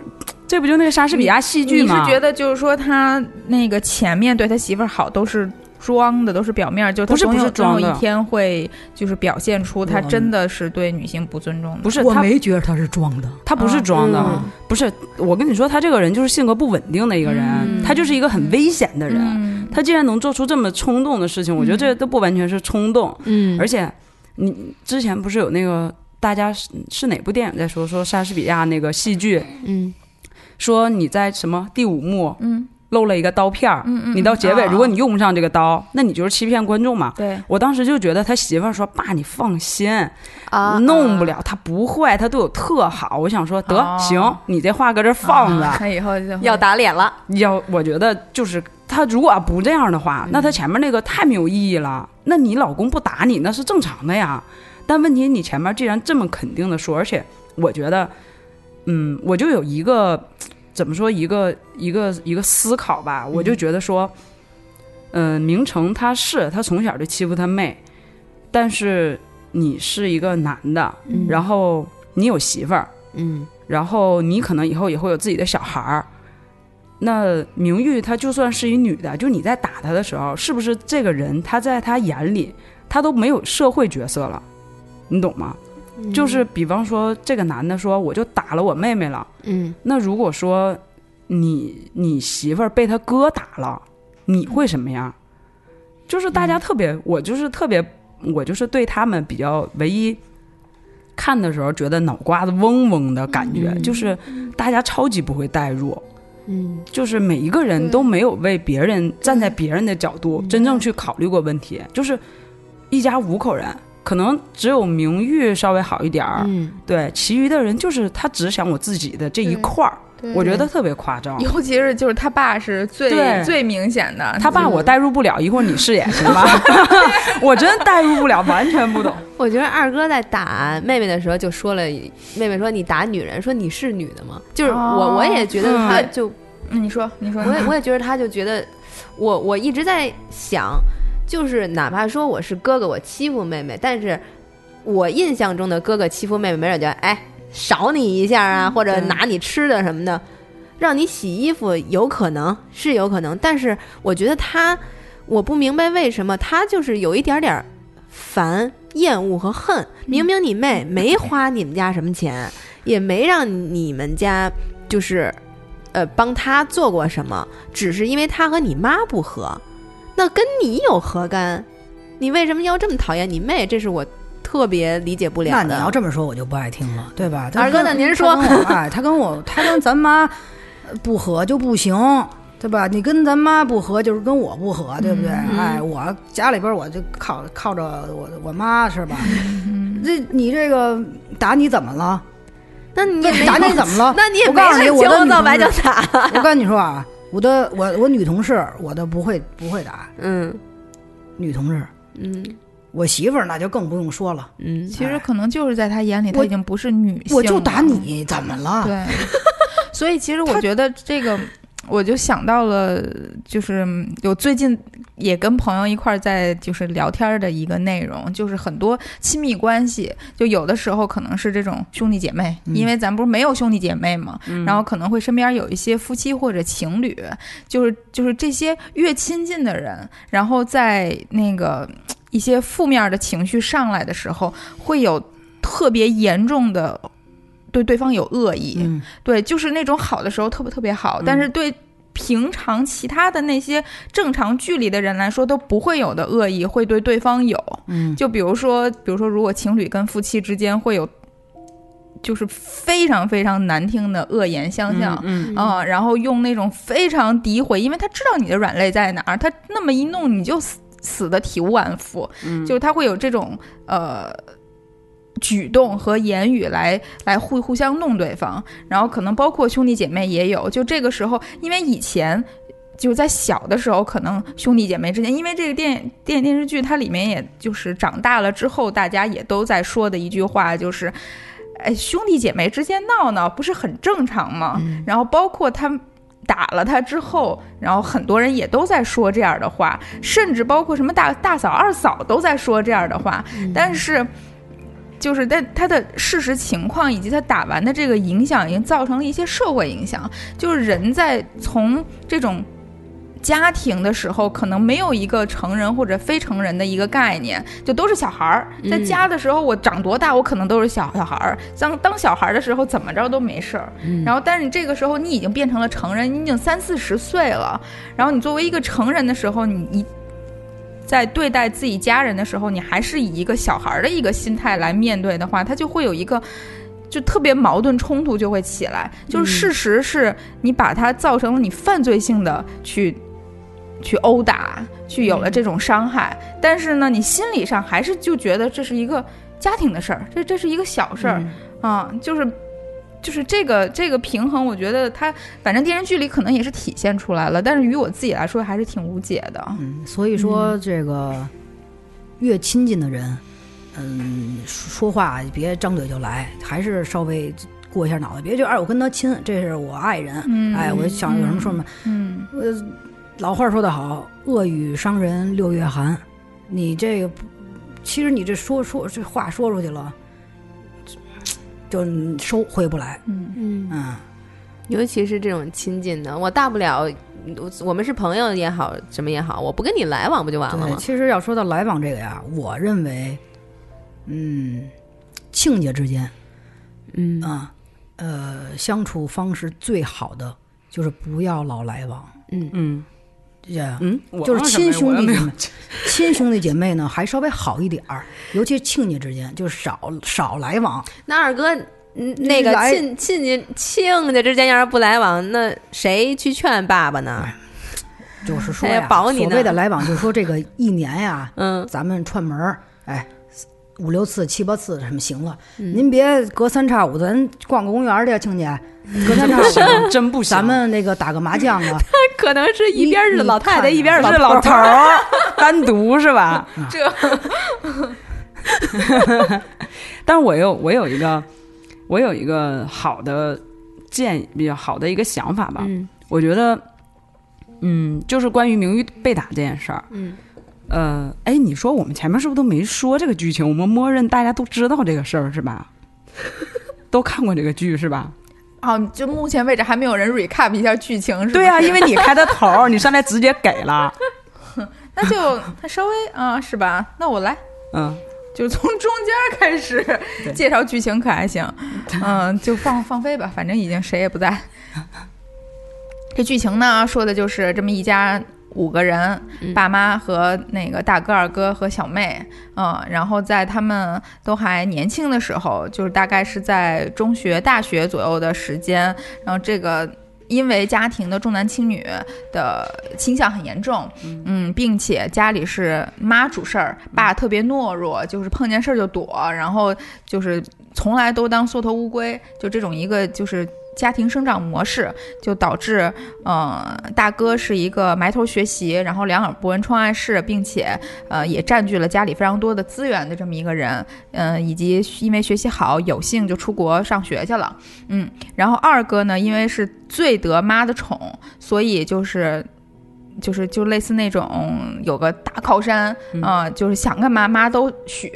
G: 这不就那个莎士比亚戏剧
F: 你是
G: 吗？
F: 觉得就是说他那个前面对他媳妇儿好都是装的，都是表面，就他
G: 不是
F: 总
G: 不
F: 有
G: 是装
F: 总有
G: 的
F: 一天会就是表现出
B: 我
F: 他真的是对女性不尊重的。
G: 不是
B: 我
G: 他，
B: 没觉得他是装的，
G: 他不是装的，
D: 嗯
G: 不是我跟你说，他这个人就是性格不稳定的一个人，
F: 嗯
G: 他就是一个很危险的人。
F: 嗯
G: 他既然能做出这么冲动的事情，我觉得这都不完全是冲动，
D: 嗯
G: 而且你之前不是有那个大家是是哪部电影在说说莎士比亚那个戏剧，
D: 嗯
G: 说你在什么第五幕
F: 嗯
G: 漏了一个刀片儿，
F: 嗯嗯，
G: 你到结尾
F: 啊
G: 如果你用不上这个刀，那你就是欺骗观众嘛。
F: 对
G: 我当时就觉得他媳妇儿说：“爸，你放心，
D: 啊
G: 弄不了，他不会，他对我特好。”我想说，得
F: 哦啊
G: 行，你这话搁这儿放着，
F: 他以后就会
D: 要打脸了，
G: 要我觉得就是他如果啊不这样的话，那他前面那个太没有意义了。那你老公不打你那是正常的呀，但问题你前面既然这么肯定的说，而且我觉得，嗯，我就有一个怎么说一个一个一个思考吧，我就觉得说，嗯、明成他是他从小就欺负他妹，但是你是一个男的，
D: 嗯
G: 然后你有媳妇儿，
D: 嗯
G: 然后你可能以后也会有自己的小孩儿。那明玉她就算是一女的，就你在打她的时候，是不是这个人她在她眼里，她都没有社会角色了，你懂吗？
D: 嗯
G: 就是比方说这个男的说我就打了我妹妹了，
D: 嗯
G: 那如果说你你媳妇儿被他哥打了，你
D: 嗯
G: 会什么样？就是大家特别，我就是特别，我就是对他们比较唯一看的时候觉得脑瓜子嗡嗡的感觉，
D: 嗯
G: 就是大家超级不会代入，
D: 嗯
G: 就是每一个人
F: 对
G: 都没有为别人站在别人的角
D: 嗯
G: 度真正去考虑过问题，就是一家五口人。可能只有明玉稍微好一点儿，
D: 嗯
G: 对，其余的人就是他只想我自己的这一
F: 对
G: 块儿，我觉
D: 对
G: 得特别夸张。
F: 尤其是就是他爸是最
G: 对
F: 最明显的，
G: 他爸我代入不了，一会儿你饰演行 吧？我真代入不了，完全不懂。
D: 我觉得二哥在打妹妹的时候就说了，妹妹说你打女人，说你是女的吗？就是我、
F: 哦
D: 我也觉得
G: 嗯
D: 他就，
F: 嗯你说你说，
D: 我也我也觉得他就觉得，我我一直在想，就是哪怕说我是哥哥，我欺负妹妹，但是我印象中的哥哥欺负妹妹，没准就哎少你一下啊，或者
G: 对
D: 拿你吃的什么的，让你洗衣服有可能是有可能，但是我觉得他，我不明白为什么他就是有一点点儿烦、厌恶和恨。
B: 嗯
D: 明明你妹没花你们家什么钱， 也没让你们家就是呃帮他做过什么，只是因为他和你妈不和，那跟你有何干？你为什么要这么讨厌你妹？这是我特别理解不了
B: 那
D: 的。
B: 你要这么说，我就不爱听了，对吧？
D: 二哥
B: 那
D: 呢您说
B: 哎，他跟我，他跟咱妈呃不和就不行，对吧？你跟咱妈不和，就是跟我不和，对不对？
D: 嗯
B: 哎，我家里边我就靠靠着我我妈是吧？
D: 嗯
B: 这你这个打你怎么了？
D: 那你也没
B: 打你怎么了？
D: 那你也
B: 我
D: 没
B: 告诉
D: 事
B: 你，
D: 情
B: 我的
D: 况
B: 女
D: 造白
B: 同
D: 就
B: 事
D: 打。
B: 我跟你说啊，我的我我女同事，我的不会不会打
D: 嗯
B: 女同事，
D: 嗯
B: 我媳妇儿那就更不用说了，
D: 嗯，
F: 其实可能就是在他眼里，他
B: 我
F: 已经不是女性，
B: 我就打。你怎么了？
F: 对，所以其实我觉得这个，我就想到了，就是有最近也跟朋友一块儿在就是聊天儿的一个内容，就是很多亲密关系，就有的时候可能是这种兄弟姐妹，因为咱不是没有兄弟姐妹嘛，
B: 嗯
G: 嗯
F: 然后可能会身边有一些夫妻或者情侣，就是就是这些越亲近的人，然后在那个一些负面的情绪上来的时候，会有特别严重的对对方有恶意，
B: 嗯
F: 对，就是那种好的时候特别特别好，但是对平常其他的那些正常距离的人来说都不会有的恶意，会对对方有。
B: 嗯，
F: 就比如说，比如说，如果情侣跟夫妻之间会有，就是非常非常难听的恶言相向。
G: 嗯
B: 哦
F: 啊、然后用那种非常诋毁，因为他知道你的软肋在哪儿，他那么一弄你就死死的体无完肤，
G: 嗯，
F: 就是他会有这种呃举动和言语来来互互相弄对方，然后可能包括兄弟姐妹也有。就这个时候，因为以前。就在小的时候，可能兄弟姐妹之间，因为这个电电电视剧它里面也就是长大了之后，大家也都在说的一句话就是，哎，兄弟姐妹之间闹闹不是很正常吗？然后包括他打了他之后，然后很多人也都在说这样的话，甚至包括什么大大嫂、二嫂都在说这样的话，但是。就是但他的事实情况以及他打完的这个影响，已经造成了一些社会影响。就是人在从这种家庭的时候，可能没有一个成人或者非成人的一个概念，就都是小孩儿。在
D: 嗯
F: 家的时候，我长多大，我可能都是小小孩儿。当当小孩儿的时候，怎么着都没事儿。然后，但是你这个时候你已经变成了成人，你已经三四十岁了。然后你作为一个成人的时候，你一在对待自己家人的时候，你还是以一个小孩儿的一个心态来面对的话，他就会有一个就特别矛盾冲突就会起来。就是事实是你把它造成了你犯罪性的去去殴打，去有了这种伤害，但是呢，你心理上还是就觉得这是一个家庭的事儿，这这是一个小事儿。啊，就是就是这个这个平衡，我觉得它反正电视剧里可能也是体现出来了，但是于我自己来说还是挺无解的。
B: 嗯所以说这个越亲近的人，嗯，说说话别张嘴就来，还是稍微过一下脑子，别就哎我跟他亲，这是我爱人，
F: 嗯
B: 哎，我想有什么说什么。呃
F: 嗯
B: 老话说得好，恶语伤人六月寒。你这个不，其实你这说说这话说出去了，就你收回不来。
F: 嗯
D: 嗯，
B: 嗯，
D: 尤其是这种亲近的，我大不了我我们是朋友也好，什么也好，我不跟你来往不就完了
B: 对，
D: 吗？
B: 其实要说到来往这个呀，我认为，嗯，亲家之间
D: 嗯
B: 啊，呃，相处方式最好的就是不要老来往。
D: 嗯
G: 嗯
B: 这
G: 嗯，我
B: 就是
G: 忘了
B: 亲
G: 什
B: 兄
G: 么呀我
B: 弟
G: 又没
B: 姐
G: 有
B: 妹，亲兄弟姐妹呢还稍微好一点儿，尤其是亲家之间，就少少来往。
D: 那二哥，嗯那个
B: 来
D: 亲亲家亲家之间要是不来往，那谁去劝爸爸呢？
B: 就是说
D: 哎
B: 呀，
D: 保你呢，
B: 所谓的来往，就是说这个一年呀
D: 嗯
B: 咱们串门儿，哎，五六次、七八次什么行了，
G: 嗯
B: 您别隔三差五的，咱逛个公园儿去，亲家，隔三差
G: 不
B: 五
G: 行，真不行，
B: 咱们那个打个麻将啊，
D: 可能是
B: 一
D: 一
B: 边
D: 边
B: 儿
D: 儿
B: 是
D: 是
B: 老
D: 老
B: 太
D: 太
B: 太
D: 太，
B: 一
D: 一
B: 边
D: 边
B: 儿
D: 是
G: 是老头儿 嗯单独是吧？
F: 这
G: 但是我有我有一个我有一个好的建议，比较好的一个想法吧。
D: 嗯
G: 我觉得，嗯，就是关于名誉被打这件事儿，
D: 嗯，
G: 呃，哎，你说我们前面是不是都没说这个剧情？我们默认大家都知道这个事儿是吧？ 都看过这个剧是吧？
F: 啊，就目前为止还没有人 recap 一下剧情，是吧？
G: 对呀、啊因为你开的头儿，你上来直接给了，
F: 那就那稍微啊、是吧？那我来。
G: 嗯，
F: 就从中间开始介绍剧情可还行，嗯，就放放飞吧，反正已经谁也不在。这剧情呢，说的就是这么一家五个人，
D: 嗯
F: 爸妈和那个大哥、二哥和小妹，嗯，然后在他们都还年轻的时候，就是大概是在中学、大学左右的时间，然后这个。因为家庭的重男轻女的倾向很严重，嗯，并且家里是妈主事儿，爸特别懦弱，就是碰见事儿就躲，然后就是从来都当缩头乌龟，就这种一个就是家庭生长模式，就导致，呃，大哥是一个埋头学习，然后两耳不闻窗外事，并且呃也占据了家里非常多的资源的这么一个人，嗯、以及因为学习好，有幸就出国上学去了，嗯，然后二哥呢，因为是最得妈的宠，所以就是就是就类似那种有个大靠山啊、呃就是想干嘛妈都许。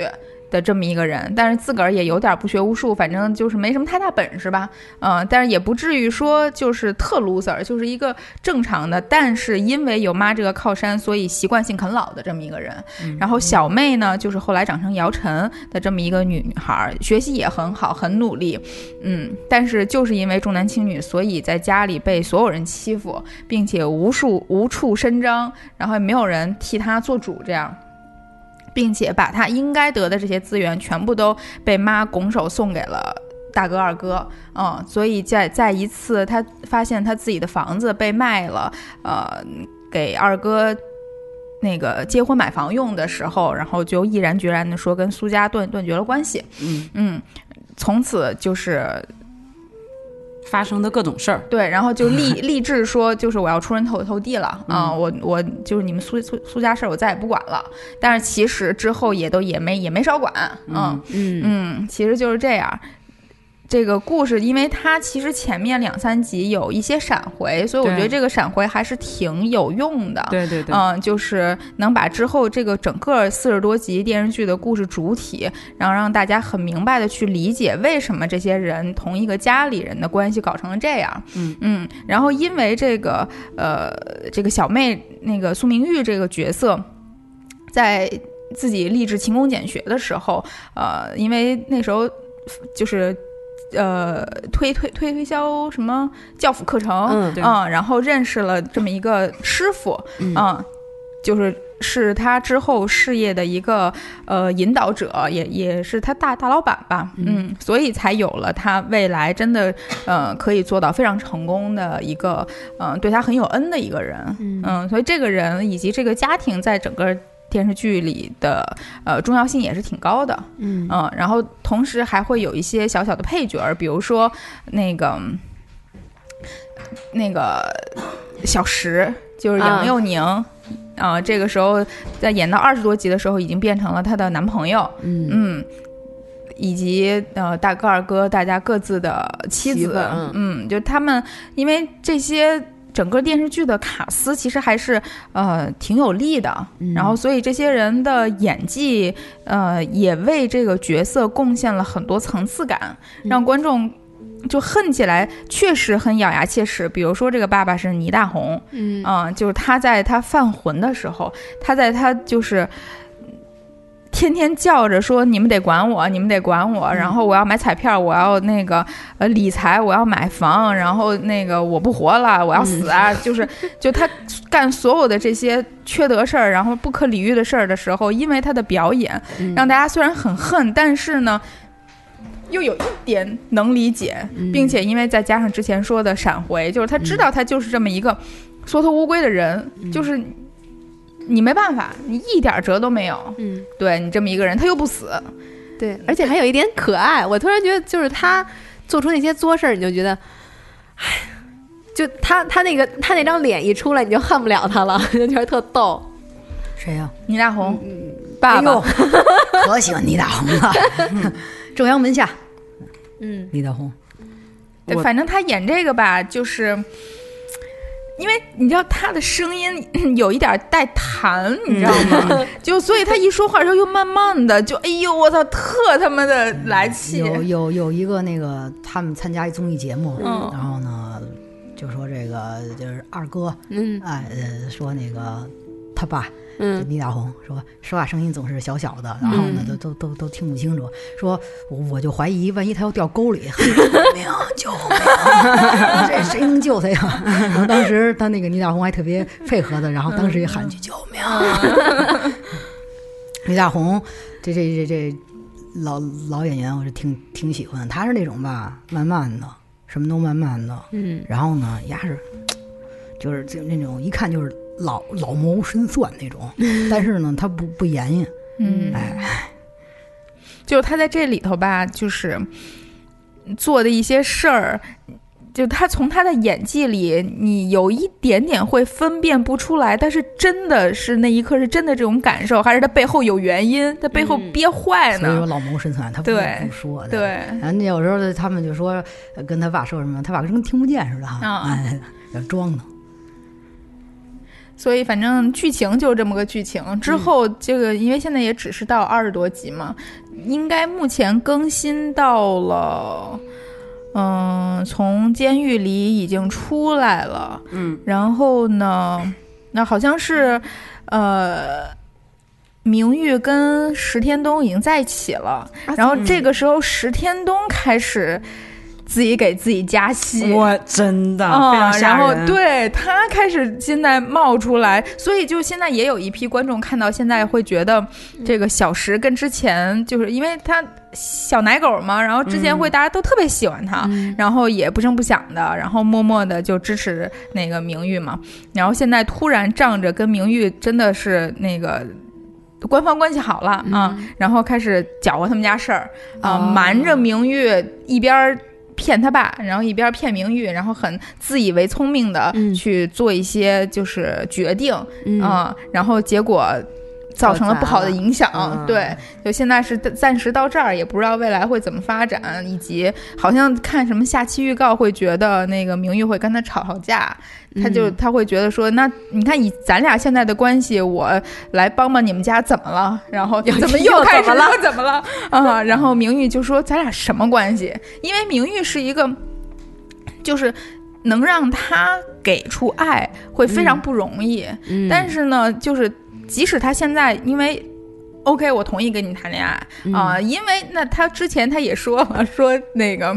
F: 的这么一个人，但是自个儿也有点不学无术，反正就是没什么太大本事吧，嗯、但是也不至于说就是特 loser，就是一个正常的，但是因为有妈这个靠山，所以习惯性啃老的这么一个人。然后小妹呢，就是后来长成姚晨的这么一个女女孩儿，学习也很好，很努力，嗯，但是就是因为重男轻女，所以在家里被所有人欺负，并且无数无处伸张，然后也没有人替她做主，这样。并且把她应该得的这些资源全部都被妈拱手送给了大哥二哥，嗯，所以在在一次她发现她自己的房子被卖了，呃，给二哥那个结婚买房用的时候，然后就毅然决然的说跟苏家断断绝了关系。
G: 嗯，
F: 嗯，从此就是
G: 发生的各种事儿，
F: 对，然后就 立立志说，就是我要出人头头地了啊、
G: 嗯
F: 我我就是你们苏苏苏家事儿，我再也不管了。但是其实之后也都也没也没少管，嗯
D: 嗯
F: 嗯，其实就是这样。这个故事，因为它其实前面两三集有一些闪回，所以我
G: 对
F: 觉得这个闪回还是挺有用的。
G: 对对对，
F: 嗯，就是能把之后这个整个四十多集电视剧的故事主体，然后让大家很明白的去理解为什么这些人同一个家里人的关系搞成了这样。
G: 嗯
F: 然后因为这个呃，这个小妹那个苏明玉这个角色，在自己立志勤工俭学的时候，呃，因为那时候就是。呃，推推推推销什么教辅课程，
D: 嗯
G: 对
F: 嗯，然后认识了这么一个师傅，
D: 嗯
F: 就是是他之后事业的一个呃引导者，也也是他大大老板吧，嗯，所以才有了他未来真的呃可以做到非常成功的一个，嗯、对他很有恩的一个人，
D: 嗯
F: 嗯，所以这个人以及这个家庭在整个电视剧里的呃重要性也是挺高的，
D: 嗯
F: 嗯，然后同时还会有一些小小的配角儿，比如说那个那个小石，就是
D: 啊
F: 杨佑宁。啊这个时候在演到二十多集的时候，已经变成了她的男朋友，
D: 嗯
F: 嗯，以及呃大哥二哥，大家各自的妻
D: 媳
F: 子，
D: 妇儿嗯
F: 嗯，就他们因为这些整个电视剧的卡司其实还是呃挺有力的，
D: 嗯
F: 然后所以这些人的演技呃也为这个角色贡献了很多层次感，
D: 嗯
F: 让观众。就恨起来确实很咬牙切齿，比如说这个爸爸是倪大红，
D: 嗯
F: 嗯，就是他在他犯浑的时候，他在他就是天天叫着说你们得管我，你们得管我，然后我要买彩票，我要那个呃理财，我要买房，然后那个我不活了，我要死啊！ 就是就他干所有的这些缺德事儿，然后不可理喻的事儿的时候，因为他的表演，让大家虽然很恨，但是呢。又有一点能理解，并且因为再加上之前说的闪回，就是他知道他就是这么一个缩头乌龟的人，就是你没办法，你一点辙都没有。
D: 嗯，
F: 对你这么一个人，他又不死，
D: 对，而且还有一点可爱，我突然觉得就是他做出那些作事儿，你就觉得，哎，就他他那个他那张脸一出来，你就恨不了他了， 就觉得特逗。
B: 谁呀、
F: 倪大红、爸
B: 哎
F: 爸
B: 呦， 可喜欢倪大红了， 正阳门下
D: 嗯
B: 倪大红。
F: 对
G: 我
F: 反正他演这个吧，就是。因为你知道他的声音有一点带痰，你知道吗？就所以他一说话的时候又慢慢的，就哎呦我操，特他妈的来气。
B: 有嗯有有一个那个他们参加一综艺节目，
F: 嗯
B: 然后呢就说这个就是二哥，
D: 嗯
B: 哎呃说那个他爸就
D: 嗯
B: 倪大红说说话声音总是小小的，然后呢
F: 嗯
B: 都都都都听不清楚，说我我就怀疑万一他要掉沟里， 嘿救命救命，这谁能救他呀？然后当时他那个倪大红还特别配合的，然后当时也喊一句救命。啊 倪大红这这这这老老演员，我是挺挺喜欢的。他是那种吧，慢慢的，什么都慢慢的。
D: 嗯
B: 然后呢，丫是就是就那种一看就是老老谋深算那种，但是呢，他不不言语，
F: 嗯，就是他在这里头吧，就是嗯做的一些事儿，就他从他的演技里，你有一点点会分辨不出来，但是真的是那一刻是真的这种感受，还是他背后有原因，他背后
D: 嗯
F: 憋坏
B: 所以说
F: 呢？
B: 老谋深算，他不
F: 对
B: 不说的。
F: 对，
B: 然后有时候他们就说呃跟呃他爸说什么，他爸跟听不见似的哈，
F: 啊
B: 哎，要装的。
F: 所以反正剧情就是这么个剧情。之后这个因为现在也只是到二十多集嘛，应该目前更新到了。嗯，从监狱里已经出来了。
G: 嗯，
F: 然后呢，那好像是，呃，明玉跟石天东已经在一起了。然后这个时候，石天东开始自己给自己加戏。
G: 嗯我真的非
F: 啊、
G: 常吓
F: 然后
G: 人
F: 对他开始现在冒出来，所以就现在也有一批观众看到现在会觉得这个小石跟之前就是因为他小奶狗嘛，然后之前
G: 嗯
F: 会大家都特别喜欢他，
D: 哎嗯
F: 然后也不声不响的，然后默默的就支持那个明玉嘛，然后现在突然仗着跟明玉真的是那个。官方关系好了啊，然后开始搅和他们家事儿啊，
D: 嗯哦
F: 瞒着明玉一边儿骗他爸，然后一边骗明玉，然后很自以为聪明的
D: 嗯
F: 去做一些就是决定啊、
D: 嗯
F: 然后结果造成了不好的影响。
D: 搞砸了嗯
F: 对，就现在是暂时到这儿，也不知道未来会怎么发展，以及好像看什么下期预告会觉得那个明玉会跟他吵吵架，
D: 嗯
F: 他就、他会觉得说，那你看以咱俩现在的关系，我来帮帮你们家怎么了？然后怎么又开 始
D: 又怎么了
F: 又怎么了啊？然后明玉就说咱俩什么关系？因为明玉是一个，就是能让他给出爱会非常不容易，
D: 嗯
F: 但是呢，就是即使他现在因为。OK，我同意跟你谈恋爱
G: 嗯
F: 啊、因为那他之前他也说 了，说那个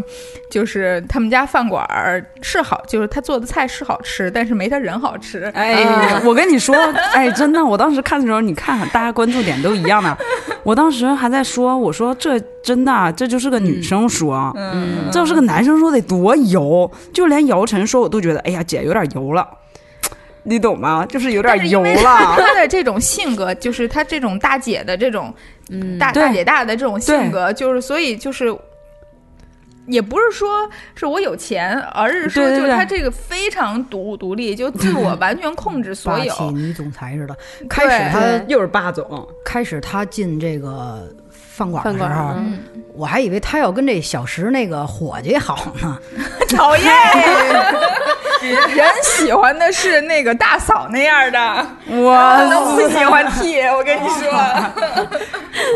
F: 就是他们家饭馆儿是好，就是他做的菜是好吃，但是没他人好吃。
G: 哎
F: 嗯
D: 啊，
G: 我跟你说，哎，真的，我当时看的时候，你看大家关注点都一样的。我当时还在说，我说这真的，啊这就是个女生说，
F: 嗯
G: 这要是个男生说得多油，就连姚晨说我都觉得，哎呀，姐有点油了，你懂吗？就是哎有
F: 但是
G: 点
F: 因
G: 油
F: 为
G: 了。
F: 他的这种性格，就是他这种大姐的这种大
G: 嗯对
F: 大姐大的这种性格，就是所以就是。也不是说是我有钱，而是说
G: 对对嗯
F: 就是
G: 对
F: 他这个非常独独立，就自我完全控制所
B: 霸
F: 有
B: 气。女总裁似的。开始他
G: 又是霸总，
B: 开始他进这个饭馆的
D: 饭
B: 时
D: 馆
B: 候，
D: 儿
F: 嗯，
B: 我还以为他要跟这小石那个伙计好呢，
F: 讨厌， 人喜欢的是那个大嫂那样的， 哦
G: 我
F: 都不喜欢 T。我跟你说，
B: 好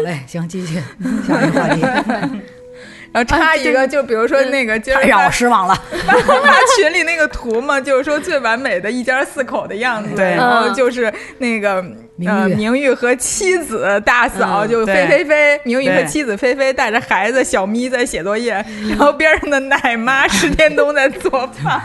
B: 嘞，行，继续下一个话题，
F: 然后插一个，就比如说那个今儿
B: 太让我失望了。
F: 发 发嗯群里那个图嘛，就是说最完美的一家四口的样子，
G: 对
F: 然后就是那个
B: 明
F: 呃
B: 玉
F: 明玉和妻子大嫂
G: 嗯
F: 就
G: 对
F: 菲菲菲，明玉和
G: 对
F: 妻子菲菲带着孩子小咪在写作业，然后边上的奶妈石天东在做饭，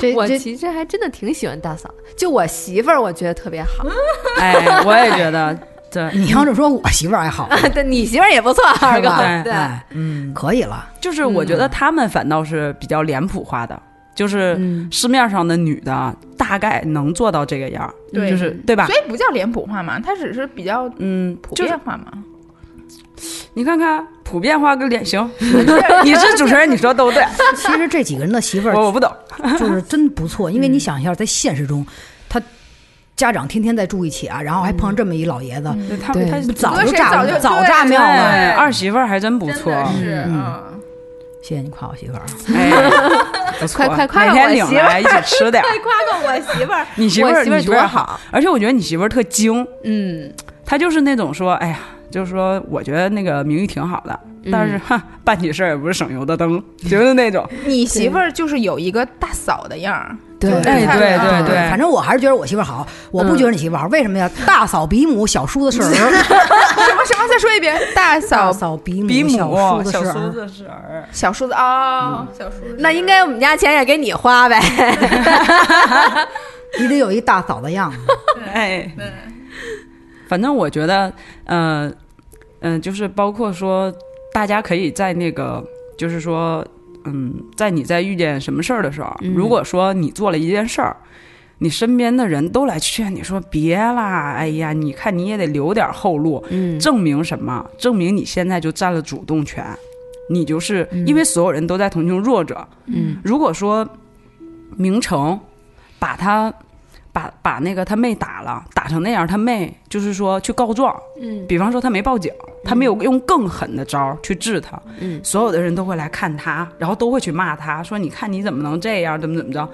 B: 这
D: 我
B: 这
D: 其实还真的挺喜欢大嫂，就我媳妇儿，我觉得特别好。
F: 嗯
G: 哎，我也觉得这
B: 你要是说我媳妇儿还好，
D: 对，你媳妇儿也不错，二
B: 是
D: 哥
B: 吧？。
D: 对，
B: 哎，
F: 嗯
B: 可以了。
G: 就是我觉得
D: 嗯
G: 他们反倒是比较脸谱化的，
D: 嗯
G: 就是市面上的女的大概能做到这个样儿，
F: 对
G: 就是对吧
F: 所？以不叫脸谱化嘛，它只是比较
G: 嗯，
F: 普
G: 就是
F: 遍化嘛。
G: 你看看普遍化跟脸型， 你是主持人，你说对不 对？
B: 其实这几个人的媳妇儿
F: 哦
G: 我我不懂，
B: 就是 真不错，
F: 嗯
B: 因为你想一下，在现实中，他家长天天在住一起啊，然后还
F: 嗯
B: 碰上这么一老爷子，
G: 他
D: 对
G: 他
B: 早
F: 隔
B: 就
F: 谁
B: 炸
F: 早就
B: 早
F: 对
B: 炸
F: 对
B: 庙了。
G: 哎啊二媳妇儿还真不
F: 真
G: 错，啊
F: 的是，
B: 嗯
F: 嗯。
B: 谢谢你夸我媳妇儿啊，
G: 哎， 不错，
D: 快
G: 啊
D: 快快
G: 哪天
D: 我
G: 领
D: 媳妇儿
G: 来一起吃点儿。
D: 夸夸我媳妇儿，
G: 你媳妇
D: 我
G: 儿，
D: 媳妇儿
G: 你
D: 多好，
G: 而且我觉得你媳妇儿特精，
D: 嗯，
G: 她就是那种说，哎呀，就是说，我觉得那个名誉挺好的，但是哼，办起事儿也不是省油的灯，就是那种。
F: 你媳妇儿就是有一个大嫂的样儿，
D: 对
F: 就是
G: 哎
F: 看
G: 对
F: 着
G: 对对
B: 啊反正我还是觉得我媳妇儿好，我不觉得你媳妇儿好，为什么呀？大嫂比母，小叔子是儿，
F: 什么什么？再说一遍，大
B: 大
F: 嫂、
B: 嫂比
G: 比
B: 母，
G: 母
B: 嗯小叔
G: 小
B: 子是
G: 叔
B: 儿。啊
G: 子是儿，
F: 小叔子啊，小叔子，
D: 那应该我们家钱也给你花呗。
B: 你得有一大嫂的样子，
D: 嗯
G: 哎，反正我觉得，呃，嗯、就是包括说，大家可以在那个，就是说，嗯，在你在遇见什么事儿的时候，
D: 嗯
G: 如果说你做了一件事儿。你身边的人都来劝你说别啦，哎呀，你看你也得留点后路，
D: 嗯
G: 证明什么？证明你现在就占了主动权，你就是、因为所有人都在同情弱者。
D: 嗯，
G: 如果说明成把他把把那个他妹打了，打成那样，他妹就是说去告状，
D: 嗯
G: 比方说他没报警，他没有用更狠的招儿去治他，
D: 嗯
G: 所有的人都会来看他，然后都会去骂他，说你看你怎么能这样，怎么怎么着。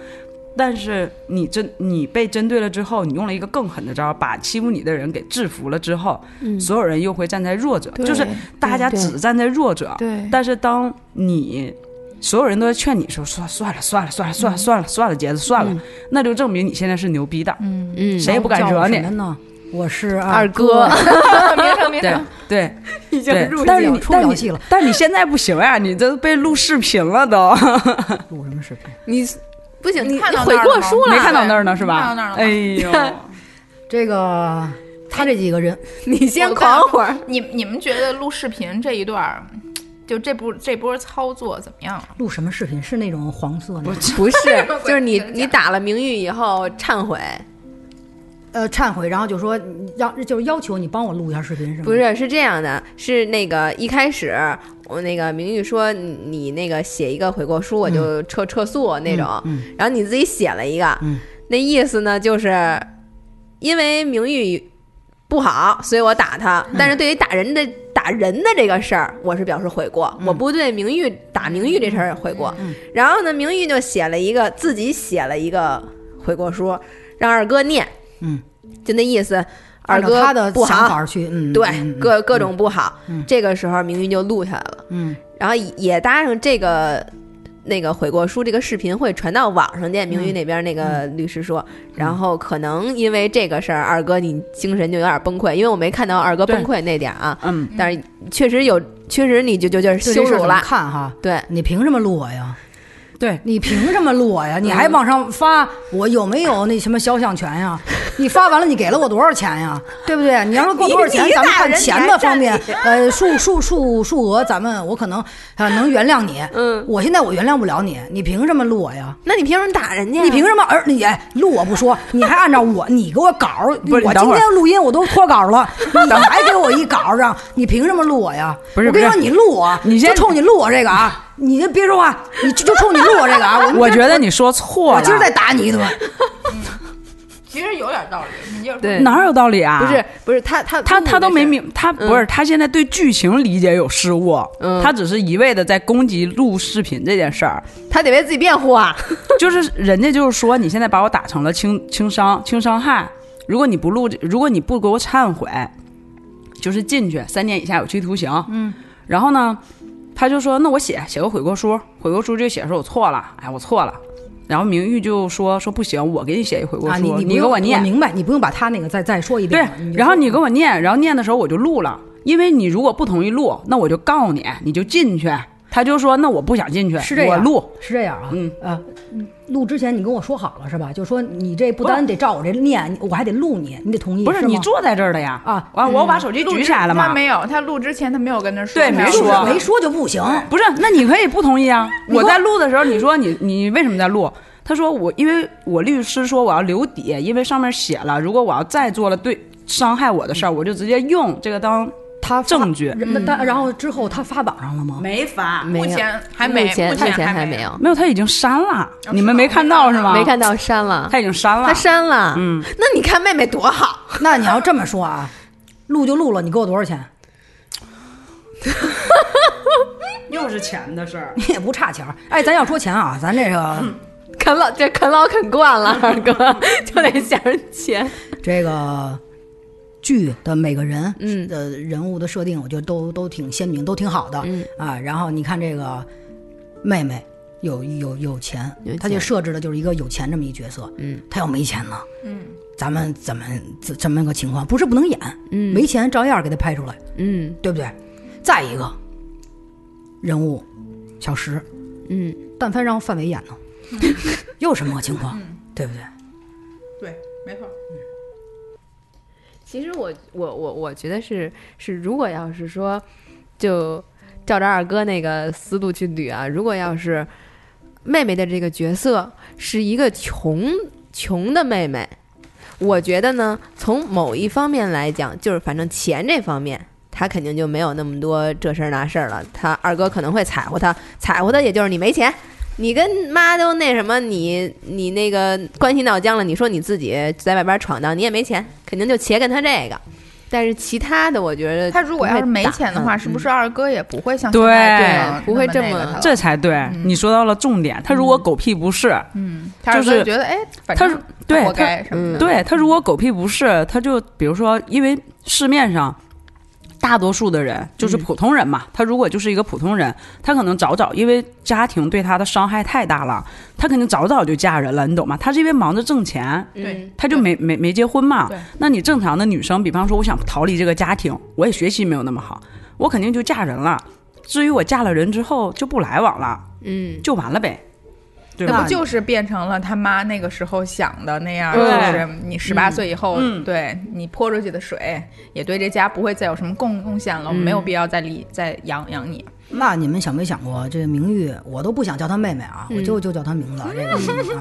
G: 但是你针你被针对了之后，你用了一个更狠的招儿，把欺负你的人给制服了之后，
D: 嗯
G: 所有人又会站在弱者，
F: 对
G: 就是大家
A: 对
G: 只站在弱者。
F: 对，
G: 但是当你所有人都在劝你说算算了算了算了算了算了算了，杰子算了，那就证明你现在是牛逼的。
F: 嗯，
D: 嗯
G: 谁也不敢
B: 叫我
G: 惹你
B: 什么呢？我是
D: 二
B: 哥
D: 哥，
F: 名声 名
G: 对
F: 声，
G: 对
D: 已经
G: 对
D: 入，
G: 但是
B: 了
G: 你
B: 出不
G: 但
B: 了
G: 你
B: 戏了，
G: 但你现在不行呀，你这被录视频了都，
B: 录什么视频？
D: 你不行，
F: 你
D: 你
F: 看到
D: 悔
F: 那儿
D: 过
F: 了吗
D: 书了，
G: 没看到那儿呢是
F: 没
G: 吧
F: 看到那儿？了
G: 哎呦，
B: 这个他这几个人，
D: 你先
F: 我
D: 狂会儿。
F: 你你们觉得录视频这一段儿，就这波这波操作怎么样？，
B: 录什么视频？是那种黄色那种，
D: 不是 就是你
F: 真的假的
D: 你打了名誉以后忏悔，
B: 呃，忏悔，然后就说你让就是要求你帮我录一下视频，是吗？嗯
D: 不，是是这样的，是那个一开始我那个名誉说你你那个写一个悔过书，我就撤、撤诉那种，
B: 嗯
D: 然后你自己写了一个，
B: 嗯
D: 那意思呢就是因为名誉不好，所以我打他，
B: 嗯
D: 但是对于打人的。打人的这个事儿，我是表示悔过，
B: 嗯
D: 我不对名誉打名誉这事儿悔过。然后呢，名誉就写了一个自己写了一个悔过书，让二哥念，
B: 嗯，
D: 就那意思。二
B: 按照
D: 哥
B: 他的
D: 不好，
B: 想法去，嗯，
D: 对
B: 嗯，嗯
D: 各各种不好。这个时候明玉就录下来了，
B: 嗯，
D: 然后也搭上这个那个悔过书这个视频会传到网上去。明玉那边那个律师说，然后可能因为这个事儿，二哥你精神就有点崩溃，因为我没看到二哥崩溃那点儿啊，
G: 嗯，
D: 但是确实有，确实你就就就是
B: 对
D: 羞
B: 这事儿
D: 辱
B: 怎么
D: 了，
B: 看哈，
D: 对。
B: 你凭什么录我呀？
G: 对，
B: 你凭什么录我呀？你
D: 嗯
B: 还往上发，我有没有那什么肖像权呀？你发完了，你给了我多少钱呀？对不对？你要是给我多少钱
D: 你，你
B: 咱们
D: 打
B: 看
D: 人
B: 钱
D: 你
B: 的
D: 还
B: 方
D: 占
B: 面，呃，数数数数额，咱们我可能呃能原谅你。
D: 嗯，
B: 我现在我原谅不了你，你凭什么录我呀？
D: 那你凭什么打人家呀？
B: 你凭什么？而你哎录我不说，你还按照我，你给我稿儿，
G: 不是
B: 我
G: 你等
B: 今
G: 会儿
B: 天录音我都脱稿 了，你还给我一稿儿让，你凭什么录我呀？
G: 不是
B: 我跟你
G: 不
B: 说，
G: 是
B: 你录我，
G: 你
B: 就
G: 先
B: 冲你录我这个啊，你就别说话，你就就冲你录我这个啊，我
G: 我觉得你说错了，
B: 我今啊儿再打你一顿，
F: 其实有点道理，你就是
D: 对
G: 哪有道理啊？
D: 不是不是他他
G: 他
D: 录
G: 他都
D: 这
G: 没
D: 事儿
G: 明，他
D: 嗯
G: 不是他现在对剧情理解有失误，
D: 嗯
G: 他只是一味的在攻击录视频这件事儿，
D: 他得为自己辩护啊。
G: 就是人家就是说你现在把我打成了轻轻伤轻伤害，如果你不录，如果你不给我忏悔，就是进去三年以下有期徒刑。嗯，然后呢，他就说那我写写个悔过书，悔过书就写说我错了，哎我错了，然后明玉就说说不行，我给你写一悔过书，
B: 啊，你你不
G: 给
B: 用
G: 我念，
B: 明白，你不用把他那个再再说一遍
G: 对
B: 了。，就
G: 然后
B: 说
G: 你给我念，然后念的时候我就录了，因为你如果不同意录，那我就告你，你就进去。他就说那我不想进去，
B: 是这样，
G: 我录。
B: 是这样啊，
G: 嗯
B: 呃，录之前你跟我说好了是吧？就说你这不单得照我这念，我还得录你，你得同意，
G: 不是
B: 吗
G: 你坐在这儿的呀？
B: 啊
F: 嗯
G: 完我把手机举起来了
F: 他
G: 嘛。嗯
F: 没有，他录之前他没有跟他说，
G: 对
F: 他
G: 没
F: 要
B: 就是
G: 说啊
B: 没说就不行。
G: 不是，那你可以不同意啊。
B: 说
G: 我在录的时候，你说你你为什么在录？他说我因为我律师说我要留底，因为上面写了，如果我要再做了对伤害我的事儿，我就直接用这个当
B: 他发
G: 证据。
B: 人那他然后之后他发榜上了吗？
G: 没法，
D: 嗯没
F: 目
D: 有
F: 前还没，
D: 目前
F: 目
D: 目前
F: 还
D: 还没。有，
G: 没有，他已经删了，
F: 吗
G: 你们没看到是吗？
D: 没，看到删了，
G: 他已经删了。
D: 他删了。
G: 嗯，
D: 那你看妹妹多好。
B: 那你要这么说啊，录就录了，你给我多少钱？
G: 又是钱的事儿。
B: 你也不差钱儿。哎，咱要说钱啊，咱 这个
D: 啃老这啃老啃惯了，二哥 就得想着钱。
B: 这个剧的每个人，
D: 嗯
B: 的人物的设定，我觉得都都挺鲜明，都挺好的，
D: 嗯
B: 啊。然后你看这个妹妹有有有钱
D: 有，钱
B: 她就设置的就是一个有钱这么一角色，
D: 嗯，
B: 她要没钱呢，
F: 嗯，
B: 咱们怎么怎怎么个情况？不是不能演，
D: 嗯
B: 没钱照样给她拍出来，
D: 嗯
B: 对不对？再一个人物小石，
D: 嗯，
B: 但凡让范伟演呢， 又什么个情况？对不对？
F: 对，没错。
D: 其实我我我我觉得是是，如果要是说，就照着二哥那个思路去捋啊，如果要是妹妹的这个角色是一个穷穷的妹妹，我觉得呢，从某一方面来讲，就是反正钱这方面。她肯定就没有那么多这事儿那事儿了，她二哥可能会踩乎她，踩乎她也就是你没钱，你跟妈都那什么，你你那个关系闹僵了，你说你自己在外边闯荡，你也没钱，肯定就且跟他这个。但是其他的，我觉得
F: 他如果要是没钱的话，
D: 嗯
F: 是不是二哥也不会像
G: 对
F: 现在这样
D: 不会
F: 那么
D: 这
F: 那
D: 么
F: 个他了
G: 这才对。
F: 嗯
G: 你说到了重点，他如果狗屁不是，
F: 嗯，他二
G: 就
F: 哥
G: 是
F: 觉得哎，反
G: 他
F: 正
G: 对
F: 活
G: 他嗯
F: 该什么的，
G: 对他如果狗屁不是，他就比如说，因为市面上大多数的人就是普通人嘛，他如果就是一个普通人，他可能早早因为家庭对他的伤害太大了，他肯定早早就嫁人了，你懂吗？他是因为忙着挣钱，
D: 嗯
F: 对
G: 他就没没没结婚嘛
F: 对。
G: 那你正常的女生，比方说我想逃离这个家庭，我也学习没有那么好，我肯定就嫁人了。至于我嫁了人之后就不来往了，
D: 嗯，
G: 就完了呗，对
F: 那
G: 吧
F: 不？就是变成了他妈那个时候想的那样？就
G: 对
F: 是你十八岁以后，
G: 嗯
F: 对你泼出去的水，也对这家不会再有什么贡贡献了，我没有必要再理再养养你。
B: 那你们想没想过，这个明玉，我都不想叫她妹妹啊，
D: 嗯
B: 我就就叫她名字啊。这 个名字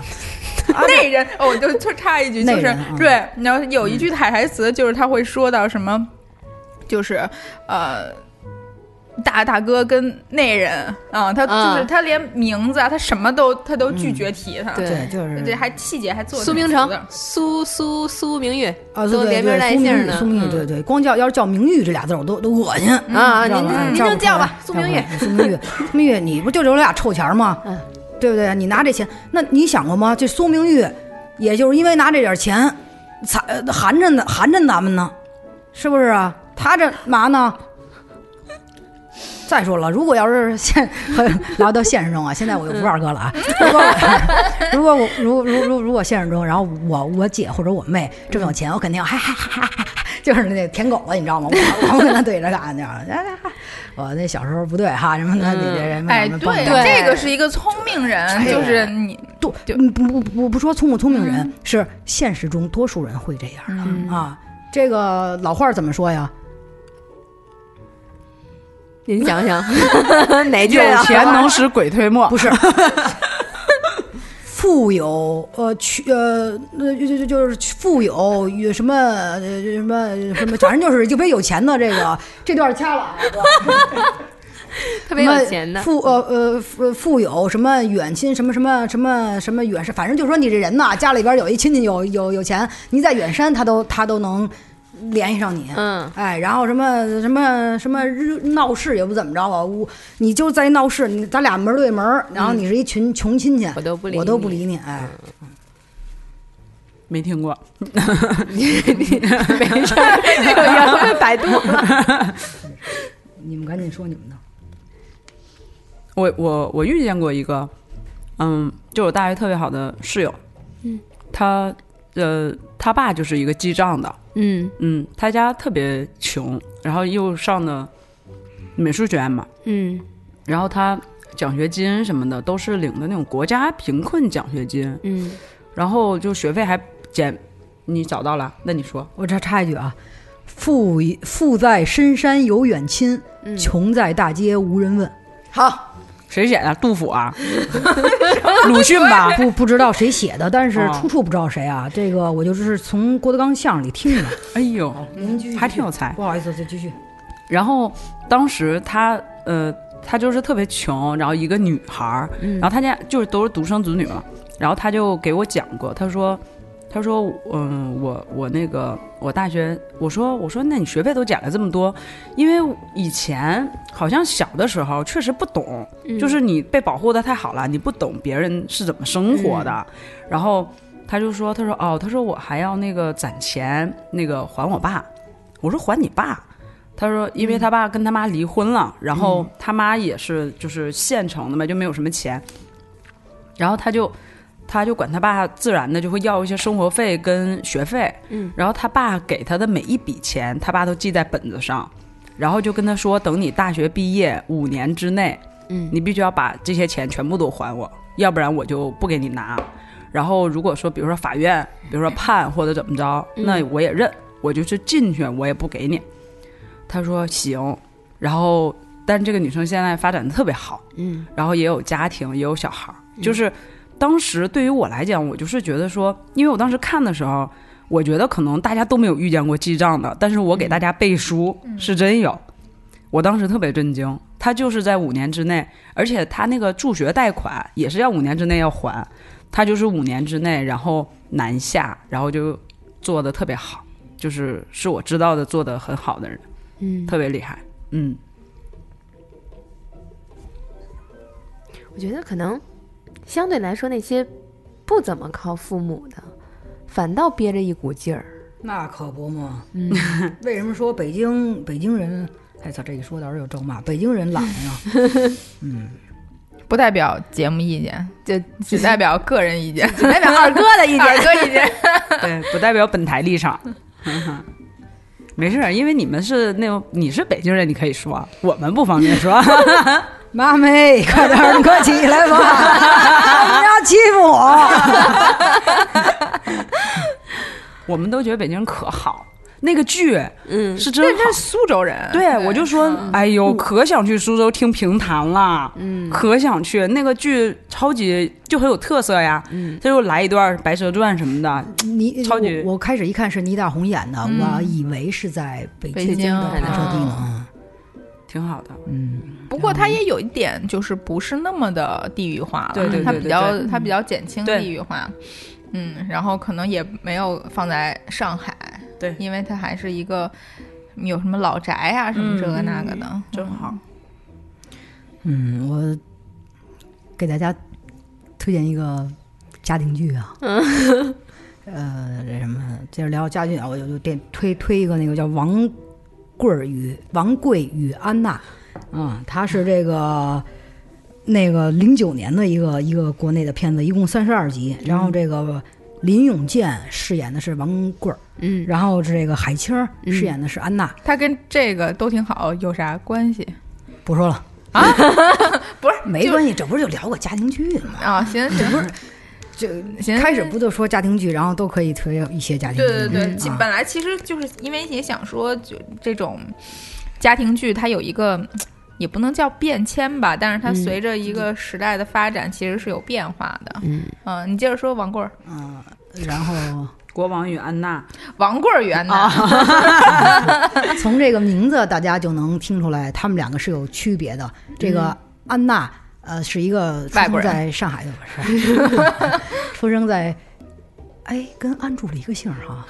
B: 啊，
F: 那人，哦我就就插一句，就
B: 那
F: 是
B: 人啊
F: 对，你要有一句台台词，就是他会说到什么，就是呃。大大哥跟那人啊，他就是
D: 嗯
F: 他连名字啊，他什么都他都拒绝提他，
D: 对
B: 对，就是
F: 这还细节还做得
D: 苏明
F: 挺
D: 成
F: 足的、
D: 苏苏苏明玉
B: 啊，
D: 都
B: 对
D: 连
B: 对
D: 名
B: 对，
D: 带
B: 苏
D: 姓嗯
B: 明玉，
D: 的
B: 苏明玉，对对，光叫要是叫明玉这俩字儿，我都都恶心。
D: 啊，
B: 知道
D: 您
B: 吧
D: 您您
B: 照
D: 就
B: 顾
D: 叫
B: 出来
D: 吧，苏
B: 照
D: 明
B: 顾
D: 玉。
B: 出来苏明玉，苏明玉，你不就留俩臭钱儿吗？
D: 嗯
B: 对不对？你拿这钱，那你想过吗？这苏明玉，也就是因为拿这点钱，才呃含着呢，含着咱们呢，是不是啊？他这嘛呢？再说了，如果要是现聊到现实中啊，现
F: 嗯
B: 在我又不是二哥了啊。如果 我如果我如如如如果现实中，然后我我姐或者我妹这么有
F: 嗯
B: 钱，我 肯定还还还还还就是那舔狗了，你知道吗？我我跟他对着干，你知道吗？哎哎哎我那小时候不对哈，什么的，你这人
F: 哎，
B: 什么
F: 对，
B: 蹦跶
F: 这个是一个聪明人，
B: 对
F: 就是你
B: 多
F: 就嗯
B: 嗯不不不不说聪不聪明人，是现实中多数人会这样的、啊。这个老话儿怎么说呀？
D: 您想想 哪句啊
G: 有钱能使鬼推磨，
B: 不是，富有呃缺呃呃就就就就是富有有什么呃什么什么，反正就是就别有钱的这个 这段儿掐了啊。哥
D: 特别有钱的，
B: 富呃呃富富有什么远亲什么什么什么什么远是，反正就是说你这人呐，家里边有一亲戚有有有钱，你在远山他都他都能联系上你。
D: 嗯
B: 哎，然后什么什么什么日闹市也不怎么着啊，我你就在闹市，你咱俩门儿对门儿，然后
D: 嗯
B: 你是一群穷亲戚，
D: 我都不理
B: 我都
D: 你
B: 不理你，哎，
G: 没听过。
D: 哎百 度
B: 你们赶紧说你们的，
G: 我我我遇见过一个，嗯，就我大学特别好的室友，嗯，他呃他爸就是一个记账的，
D: 嗯
G: 嗯，他家特别穷，然后又上的美术学院嘛，
D: 嗯
G: 然后他奖学金什么的都是领的那种国家贫困奖学金，
D: 嗯，
G: 然后就学费还减，你找到了？那你说
B: 我这插一句啊。富富在深山有远亲，穷在大街无人问。好，
G: 谁写的？杜甫啊， 鲁迅吧？
B: 不不知道谁写的，但是
G: 哦
B: 出处不知道谁啊。这个我就是从郭德纲相声里听的。
G: 哎呦，
B: 您继续
G: 还挺有才。
B: 不好意思，再继续。
G: 然后当时她呃，她就是特别穷，然后一个女孩儿，然后她家就是都是独生子女嘛，然后她就给我讲过，她说。她说：“嗯，我我那个我大学，我说我说那你学费都减了这么多，因为以前好像小的时候确实不懂，就是你被保护的太好了，你不懂别人是怎么生活的。然后她就说，她说哦，她说我还要那个攒钱，那个还我爸。我说还你爸，他说，因为他爸跟他妈离婚了，然后他妈也是就是县城的嘛，就没有什么钱，然后他就他就管他爸自然的就会要一些生活费跟学费，嗯，然后他爸给他的每一笔钱，他爸都记在本子上，然后就跟他说，等你大学毕业五年之内，嗯，你必须要把这些钱全部都还我，要不然我就不给你拿。然后如果说比如说法院，比如说判或者怎么着，那我也认，我就是进去我也不给你。他说行，然后但这个女生现在发展的特别好，嗯，然后也有家庭，也有小孩儿，就是当时对于我来讲，我就是觉得说，因为我当时看的时候，我觉得可能大家都没有遇见过记账的，但是我给大家背书、是真有，我当时特别震惊，他就是在五年之内，而且他那个助学贷款也是要五年之内要还，他就是五年之内，然后南下，然后就做的特别好。就是是我知道的做的很好的人，
D: 嗯，
G: 特别厉害。嗯，
D: 我觉得可能相对来说，那些不怎么靠父母的，反倒憋着一股劲儿。
B: 那可不嘛。嗯， 为什么说北京北京人？哎操，这一说到时候有咒骂，北京人懒啊呀。
F: 不代表节目意见，这只代表个人意见，
B: 代表二哥的意
F: 二哥意见。
G: 对，不代表本台立场。 没事儿，因为你们是那种你是北京人，你可以说，我们不方便说。
B: 妈咪，快点儿，你快起来吧！你们家欺负我。
G: 我们都觉得北京人可好，那个剧
D: 嗯，
G: 是真好。
F: 这是苏州人，
G: 对，我就说，哎呦，可想去苏州听评弹了，嗯，可想去那个剧，超级就很有特色呀，嗯，他就来一段《白蛇传》什么的，
B: 你
G: 超级
B: 我，我开始一看是倪大红演的，我以为是在北
F: 嗯北
B: 京
F: 京啊
B: 的嗯拍摄地呢。
G: 挺好的。
F: 不过他也有一点就是不是那么的地域化了，
G: 对对对
F: 他
G: 对
F: 比较
G: 对
F: 他比较减轻
G: 对
F: 地域化，嗯，然后可能也没有放在上海，
G: 对
F: 因为它还是一个有什么老宅啊什么这个那个的，
G: 真好。
B: 嗯，我给大家推荐一个家庭剧啊，
F: 嗯
B: 呃，这什么，接着聊家庭剧啊，我就就电推推一个那个叫王贵儿与王贵与安娜，啊、它是这个那个零九年的一个一个国内的片子，一共三十二集，然后这个。林永健饰演的是王贵儿，
D: 嗯，
B: 然后是这个海清儿
F: 嗯
B: 饰演的是安娜。
F: 它跟这个都挺好，有啥关系
B: 不说了，
F: 啊 不是
B: 没关系，这不是就聊过家庭剧吗？
F: 啊？行 行，不是
B: 这
F: 行，
B: 开始不就说家庭剧，然后都可以推一些家庭
F: 嗯对
B: 剧。
F: 对对，
B: 嗯
F: 其
B: 啊
F: 本来其实就是因为也想说，就这种家庭剧，它有一个嗯也不能叫变迁吧，但是它随着一个时代的发展，其实是有变化的。
D: 嗯
F: 你接着说王棍儿，
B: 嗯，然后
G: 国王与安娜，
F: 王棍儿原来、
B: 从这个名字大家就能听出来，他们两个是有区别的。这个安娜，呃，是一个出
F: 嗯外国
B: 生
F: 人
B: 在上海的，不 是出生在，哎，跟安住了一个姓儿 哈。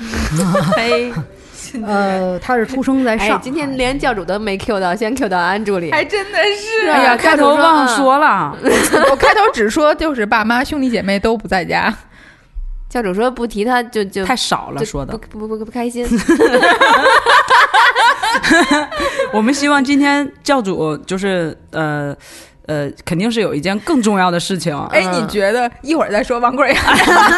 G: 嘿，
B: 呃，她是出生在上
D: 哎
B: 海，，
D: 今天连教主都没 Q 到，先 Q 到安助理。
F: 还真的是，
G: 哎呀，
D: 开
G: 开
D: 头
G: 头
D: 说
G: 忘
D: 嗯
G: 说了，
F: 啊 我开头只说就是爸妈兄弟姐妹都不在家，
D: 教主说不提他就就
G: 太少了
D: 就
G: 说的。
D: 不不不不开 心。
G: 我们希望今天教主就是呃呃，肯定是有一件更重要的事情。啊
F: 哎，你觉得一会儿再说王贵 儿呀？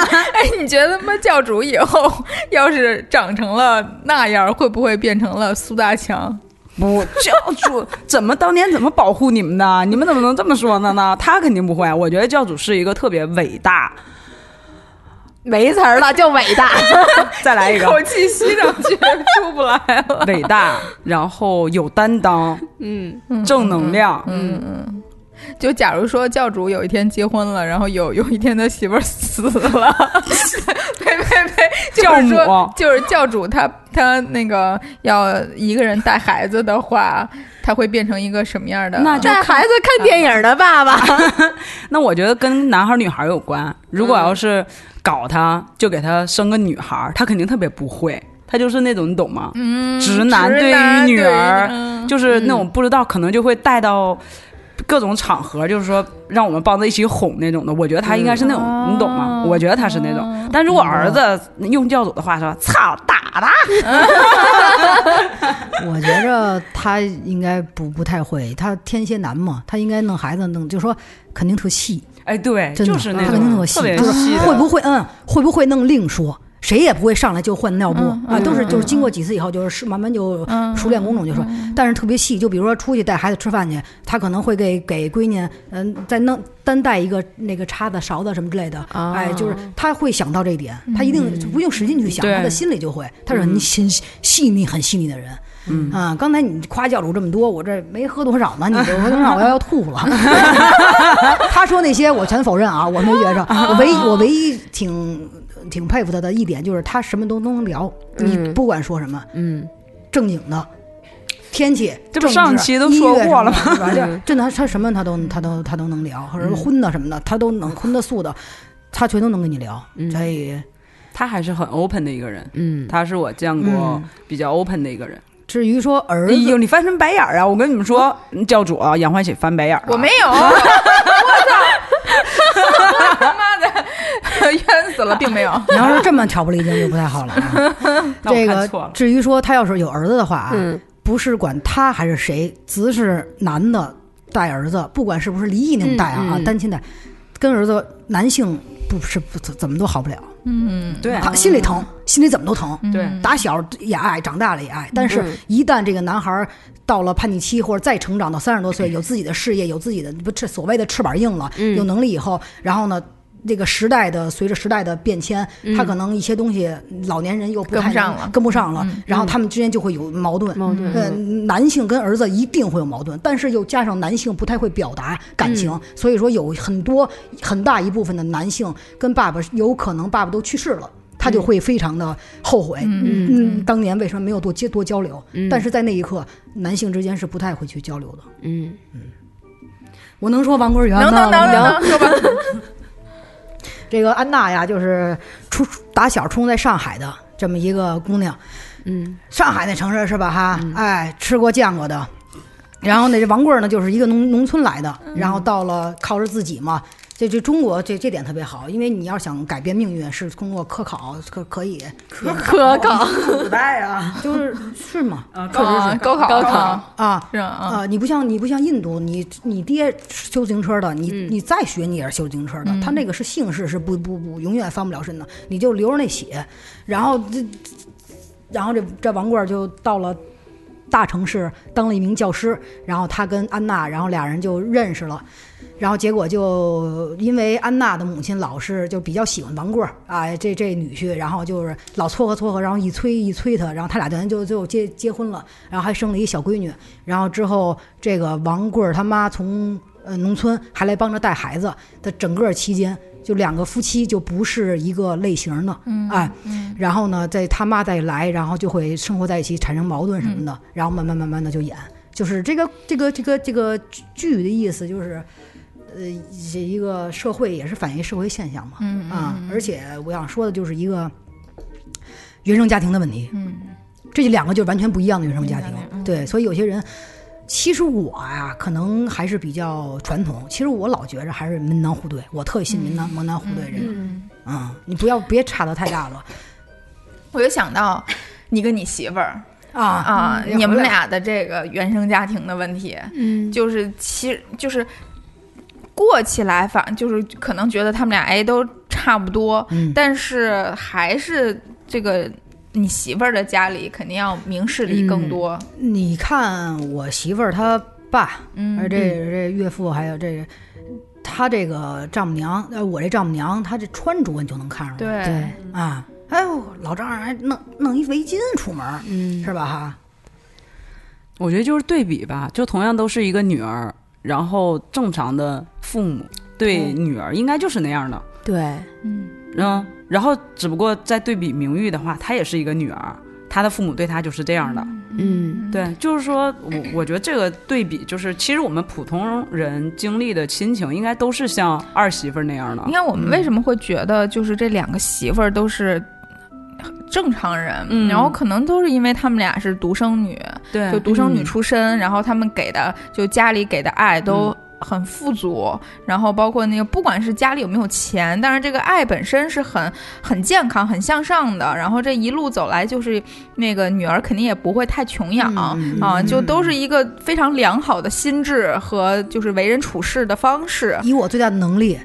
F: 哎，你觉得他妈教主以后要是长成了那样儿，会不会变成了苏大强？
G: 不，教主怎么当年怎么保护你们的？你们怎么能这么说呢呢？他肯定不会。我觉得教主是一个特别伟大。
D: 没词儿了，就伟 大。
G: 再来一
D: 哎
G: 个
F: 口气吸上去出不来了。
G: 伟大，然后有担当，
D: 嗯，
G: 正能量。
F: 嗯嗯，就假如说教主有一天结婚了，然后有有一天他媳妇儿死了， 呸呸呸，嗯就 是
G: 教母
F: 说就是教主他他那个要一个人带孩子的话，他会变成一个什么样的？
G: 那就
D: 带孩子看电影的爸爸，
G: 那我觉得跟男孩儿女孩儿有关。如果要是搞他，就给他生个女孩儿，他肯定特别不会。他就是那种，你懂吗？
F: 嗯
G: 直男
F: 对
G: 对于女儿
F: 嗯
G: 就是那种不知道，可能就会带到各种场合，就是说让我们帮他一起哄那种的。我觉得他应该是那种，
F: 嗯
G: 你懂吗？
F: 哦
G: 我觉得他是那种。但如果儿子用教主的话说“操打他
B: 我觉着他应该不不太会，他天蝎男嘛，他应该弄孩子弄，就说肯定特细，”，
G: 哎，对，
B: 真的
G: 就是那
B: 他肯定特
G: 种特
B: 细，
G: 别
B: 就是
G: 细的
B: 会不会嗯，会不会弄另说，谁也不会上来就换尿布、
F: 嗯
B: 啊，
F: 嗯
B: 都是
F: 嗯
B: 就是经过几次以后，就是慢慢就
F: 嗯
B: 熟练工种就说，但是特别细，就比如说出去带孩子吃饭去，他可能会给给闺女嗯、再弄单带一个那个叉子、勺子什么之类的，
D: 哦
B: 哎，就是他会想到这一
F: 嗯
B: 点，他一定就不用使劲去想，
G: 对
B: 他的心里就会，他是很细细腻、很细腻的人。嗯啊，刚才你夸教主这么多，我这没喝多少呢，你 这我喝多少我要要吐了。他说那些我全否认啊， 我没觉着。我唯一我唯一挺挺佩服他的一点就是他什么都能聊，
G: 嗯
B: 你不管说什么，
D: 嗯，
B: 正经的。天气，
G: 这不
B: 政治
G: 上期都说过了吗嗯
B: 音乐什么的是吧？就真的，他他什么他都他都他都能
G: 嗯
B: 聊，或者荤的什么的，他都能荤的素的，他全都能跟你聊。所以
G: 他还是很 open 的一个人，
B: 嗯，
G: 他是我见过比较 open 的一个人。
B: 至于说儿
G: 哎
B: 子，
G: 呦，你翻什么白眼儿啊？我跟你们说，教主啊，杨欢喜翻白眼儿、
F: 我没，有，我操，他妈的，冤死了，并没有。
B: 你要是这么挑拨离间就不太好了啊。
G: 那我
B: 这
G: 看
B: 个
G: 错了。
B: 至于说他要是有儿子的话啊，
D: 嗯，
B: 不是管他还是谁，只是男的带儿子，不管是不是离异那种带啊，
D: 嗯嗯
B: 单亲带，跟儿子男性不是不怎怎么都好不了，
F: 嗯，
G: 对啊
B: 他心里疼，心里怎么都疼。
F: 嗯
G: 对
B: 打小也爱，长大了也爱，但是
D: 嗯
B: 一旦这个男孩儿到了叛逆期，或者再成长到三十多
F: 嗯
B: 岁，有自己的事业，有自己的不这所谓的翅膀硬了，
D: 嗯
B: 有能力以后，然后呢，这个时代的随着时代的变迁，他可能一些东西老年人又不
F: 嗯跟不
B: 太能
F: 上了
B: 跟不上了
F: 嗯，
B: 然后他们之间就会有矛盾。
D: 矛盾，
B: 呃，
D: 嗯
B: 男性跟儿子一定会有矛盾，但是又加上男性不太会表达感情，
F: 嗯
B: 所以说有很多很大一部分的男性跟爸爸有可能爸爸都去世了，他就会非常的后悔。
F: 嗯
B: 嗯，当年为什么没有多接多交流？
D: 嗯
B: 但是在那一刻，男性之间是不太会去交流的。
D: 嗯，
B: 我能说王国元
F: 能
B: 吗
F: 能能能能说吧，
B: 这个安娜呀，就是出打小出生在上海的这么一个姑娘，
D: 嗯，
B: 上海那城市是吧？哈，哎，吃过见过的。然后呢，这王贵儿呢，就是一个农农村来的，然后到了靠着自己嘛。这这中国这这点特别好，因为你要想改变命运，是通过科考可可以科
D: 科考，
B: 古代啊，就是是吗？
G: 啊，确实
F: 啊
G: 是
F: 高考
D: 高考
B: 啊，
F: 是啊，
B: 啊、你不像你不像印度，你你爹修自行车的，你、
D: 嗯
B: 你再学你也是修自行车的，他那个是姓氏是不不不永远翻不了身的，你就留着那血，然后这，然后这这王贵儿就到了。大城市当了一名教师，然后他跟安娜，然后俩人就认识了，然后结果就因为安娜的母亲老是就比较喜欢王贵儿啊，这这女婿，然后就是老撮合撮合，然后一催一催他，然后他俩就就就结结婚了，然后还生了一小闺女，然后之后这个王贵儿他妈从呃农村还来帮着带孩子的整个期间，就两个夫妻就不是一个类型的，嗯、哎，然后呢，在他妈再来，然后就会生活在一起，产生矛盾什么的，然后慢慢慢慢的就演，就是这个这个这个这个剧的意思就是。呃，这一个社会也是反映社会现象嘛，
F: 嗯
B: 啊，而且我想说的就是一个原生家庭的问题，
F: 嗯，
B: 这就两个就完全不一样的原生家庭
F: 明白明白。嗯
B: 对，所以有些人，其实我呀、可能还是比较传统。其实我老觉着还是门当户对，我特信门当门当户对这个。
D: 嗯
B: 嗯，你不要别差的太大了
F: 我就想到你跟你媳妇儿
B: 啊
F: 啊，
B: 嗯
F: 你们俩的这个原生家庭的问题，
D: 嗯，
F: 就是其实就是过起来，反就是可能觉得他们俩哎都差不多，
B: 嗯
F: 但是还是这个你媳妇儿的家里肯定要明事理更多。
B: 你看我媳妇儿她爸，
F: 嗯
B: 而这这岳父还有这。她这个丈母娘，呃，我这丈母娘，她这穿着你就能看出来，
F: 对
D: 对，
B: 啊，哎呦，老丈人还弄弄一围巾出门儿，
D: 嗯
B: 是吧？哈，
G: 我觉得就是对比吧，就同样都是一个女儿，然后正常的父母对女儿应该就是那样的，
D: 对，
F: 嗯
G: 嗯，然后只不过在对比名誉的话，她也是一个女儿，她的父母对她就是这样的，
D: 嗯
G: 对，就是说我我觉得这个对比就是，其实我们普通人经历的亲情应该都是像二媳妇儿那样的
F: 你，看我们为什么会觉得就是这两个媳妇儿都是正常人，
G: 嗯
F: 然后可能都是因为他们俩是独生女，
G: 对
F: 就独生女
B: 嗯嗯
F: 出身，然后他们给的就家里给的爱都很富足，然后包括那个不管是家里有没有钱，但是这个爱本身是很很健康、很向上的，然后这一路走来就是那个女儿肯定也不会太穷养。
B: 嗯
F: 啊，就都
B: 嗯
F: 是一个非常良好的心智和就是为人处事的方式。
B: 以我最大的能力，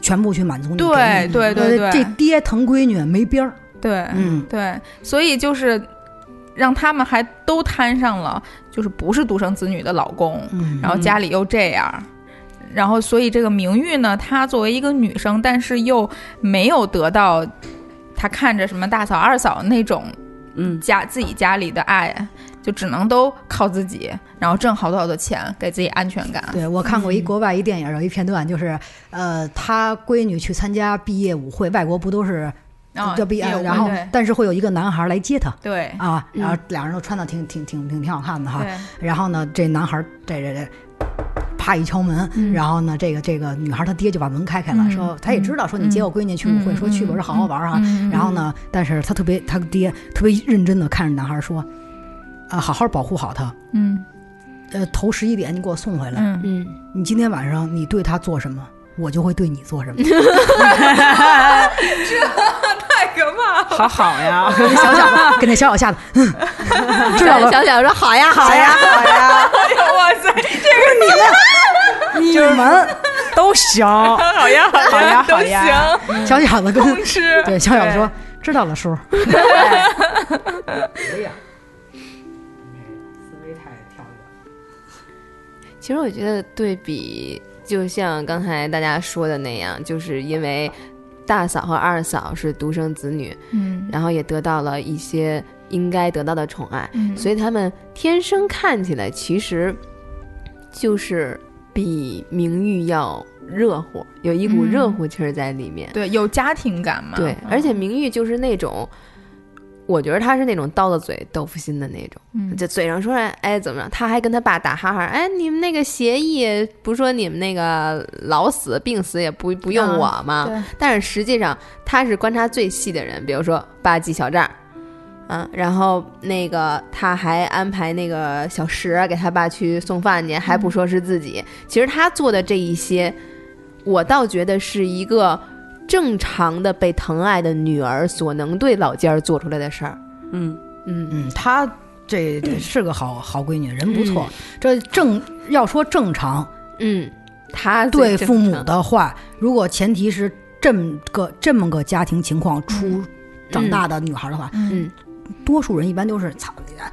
B: 全部去满足你。
F: 对
B: 给你
F: 对对
B: 呃
F: 对
B: 这爹疼闺女没边儿。
F: 对，
B: 嗯，
F: 对，所以就是让他们还都摊上了，就是不是独生子女的老公，
B: 嗯
F: 然后家里又这样，然后所以这个名誉呢，她作为一个女生，但是又没有得到她看着什么大嫂、二嫂那种
G: 嗯，
F: 家自己家里的爱，就只能都靠自己，然后挣好多好多钱，给自己安全感。
B: 对我看过一国外一电影，有一片段就是，呃，他闺女去参加毕业舞会，外国不都是
F: 啊，
B: 叫毕业，
F: 也有
B: 然后
F: 对
B: 但是会有一个男孩来接她
F: 对
B: 啊，然后俩人都穿的挺挺挺挺挺好看的哈，
F: 对
B: 然后呢，这男孩儿这这这，啪一敲门，
F: 嗯
B: 然后呢，这个这个女孩她爹就把门开开了，
F: 嗯
B: 说他也知道，说你接我闺女去舞会，说去吧，说好好玩啊。
F: 嗯
B: 然后？呢，但是他特别，他爹特别认真的看着男孩说：“啊，好好保护好她，
F: 嗯
B: 呃，头十一点你给我送回来。
F: 嗯
D: 嗯，
B: 你今天晚上你对她做什么，我就会对你做什么。”
G: 好好呀，
B: 跟那小小跟那小小吓得，嗯，
F: 哦
B: 知道了，
D: 小小说好呀，好
B: 好
D: 呀，
B: 呀，好呀，
F: 哇塞，
B: 你们
G: 都行，
F: 好呀好
G: 好呀
F: 都
G: 好呀
F: 行，
B: 小小子跟
F: 通吃。
B: 对小小子说，知道了，叔。
D: 其实我觉得对比，就像刚才大家说的那样，就是因为大嫂和二嫂是独生子女，
F: 嗯
D: 然后也得到了一些应该得到的宠爱，
F: 嗯
D: 所以他们天生看起来其实就是比名誉要热乎，有一股
F: 嗯
D: 热乎气儿在里面。
F: 对有家庭感嘛？嗯
D: 对，而且明玉就是那种，我觉得他是那种刀子嘴豆腐心的那种，
F: 嗯
D: 就嘴上说哎哎怎么着，他还跟他爸打哈哈，哎你们那个协议不是说你们那个老死病死也不不用
F: 嗯
D: 我吗？
F: 对
D: 但是实际上他是观察最细的人，比如说八记小账。啊，然后那个他还安排那个小石给他爸去送饭去，还不说是自己。其实他做的这一些，我倒觉得是一个正常的被疼爱的女儿所能对老家儿做出来的事儿。
G: 嗯，
D: 嗯
B: 嗯，她这这是个好好闺女，人不错。这正要说正常，
D: 嗯，他
B: 对
D: 最正
B: 父母
D: 常
B: 的话，如果前提是这么个这么个家庭情况出长大的女孩的话，
D: 嗯
B: 多数人一般都是操你俩，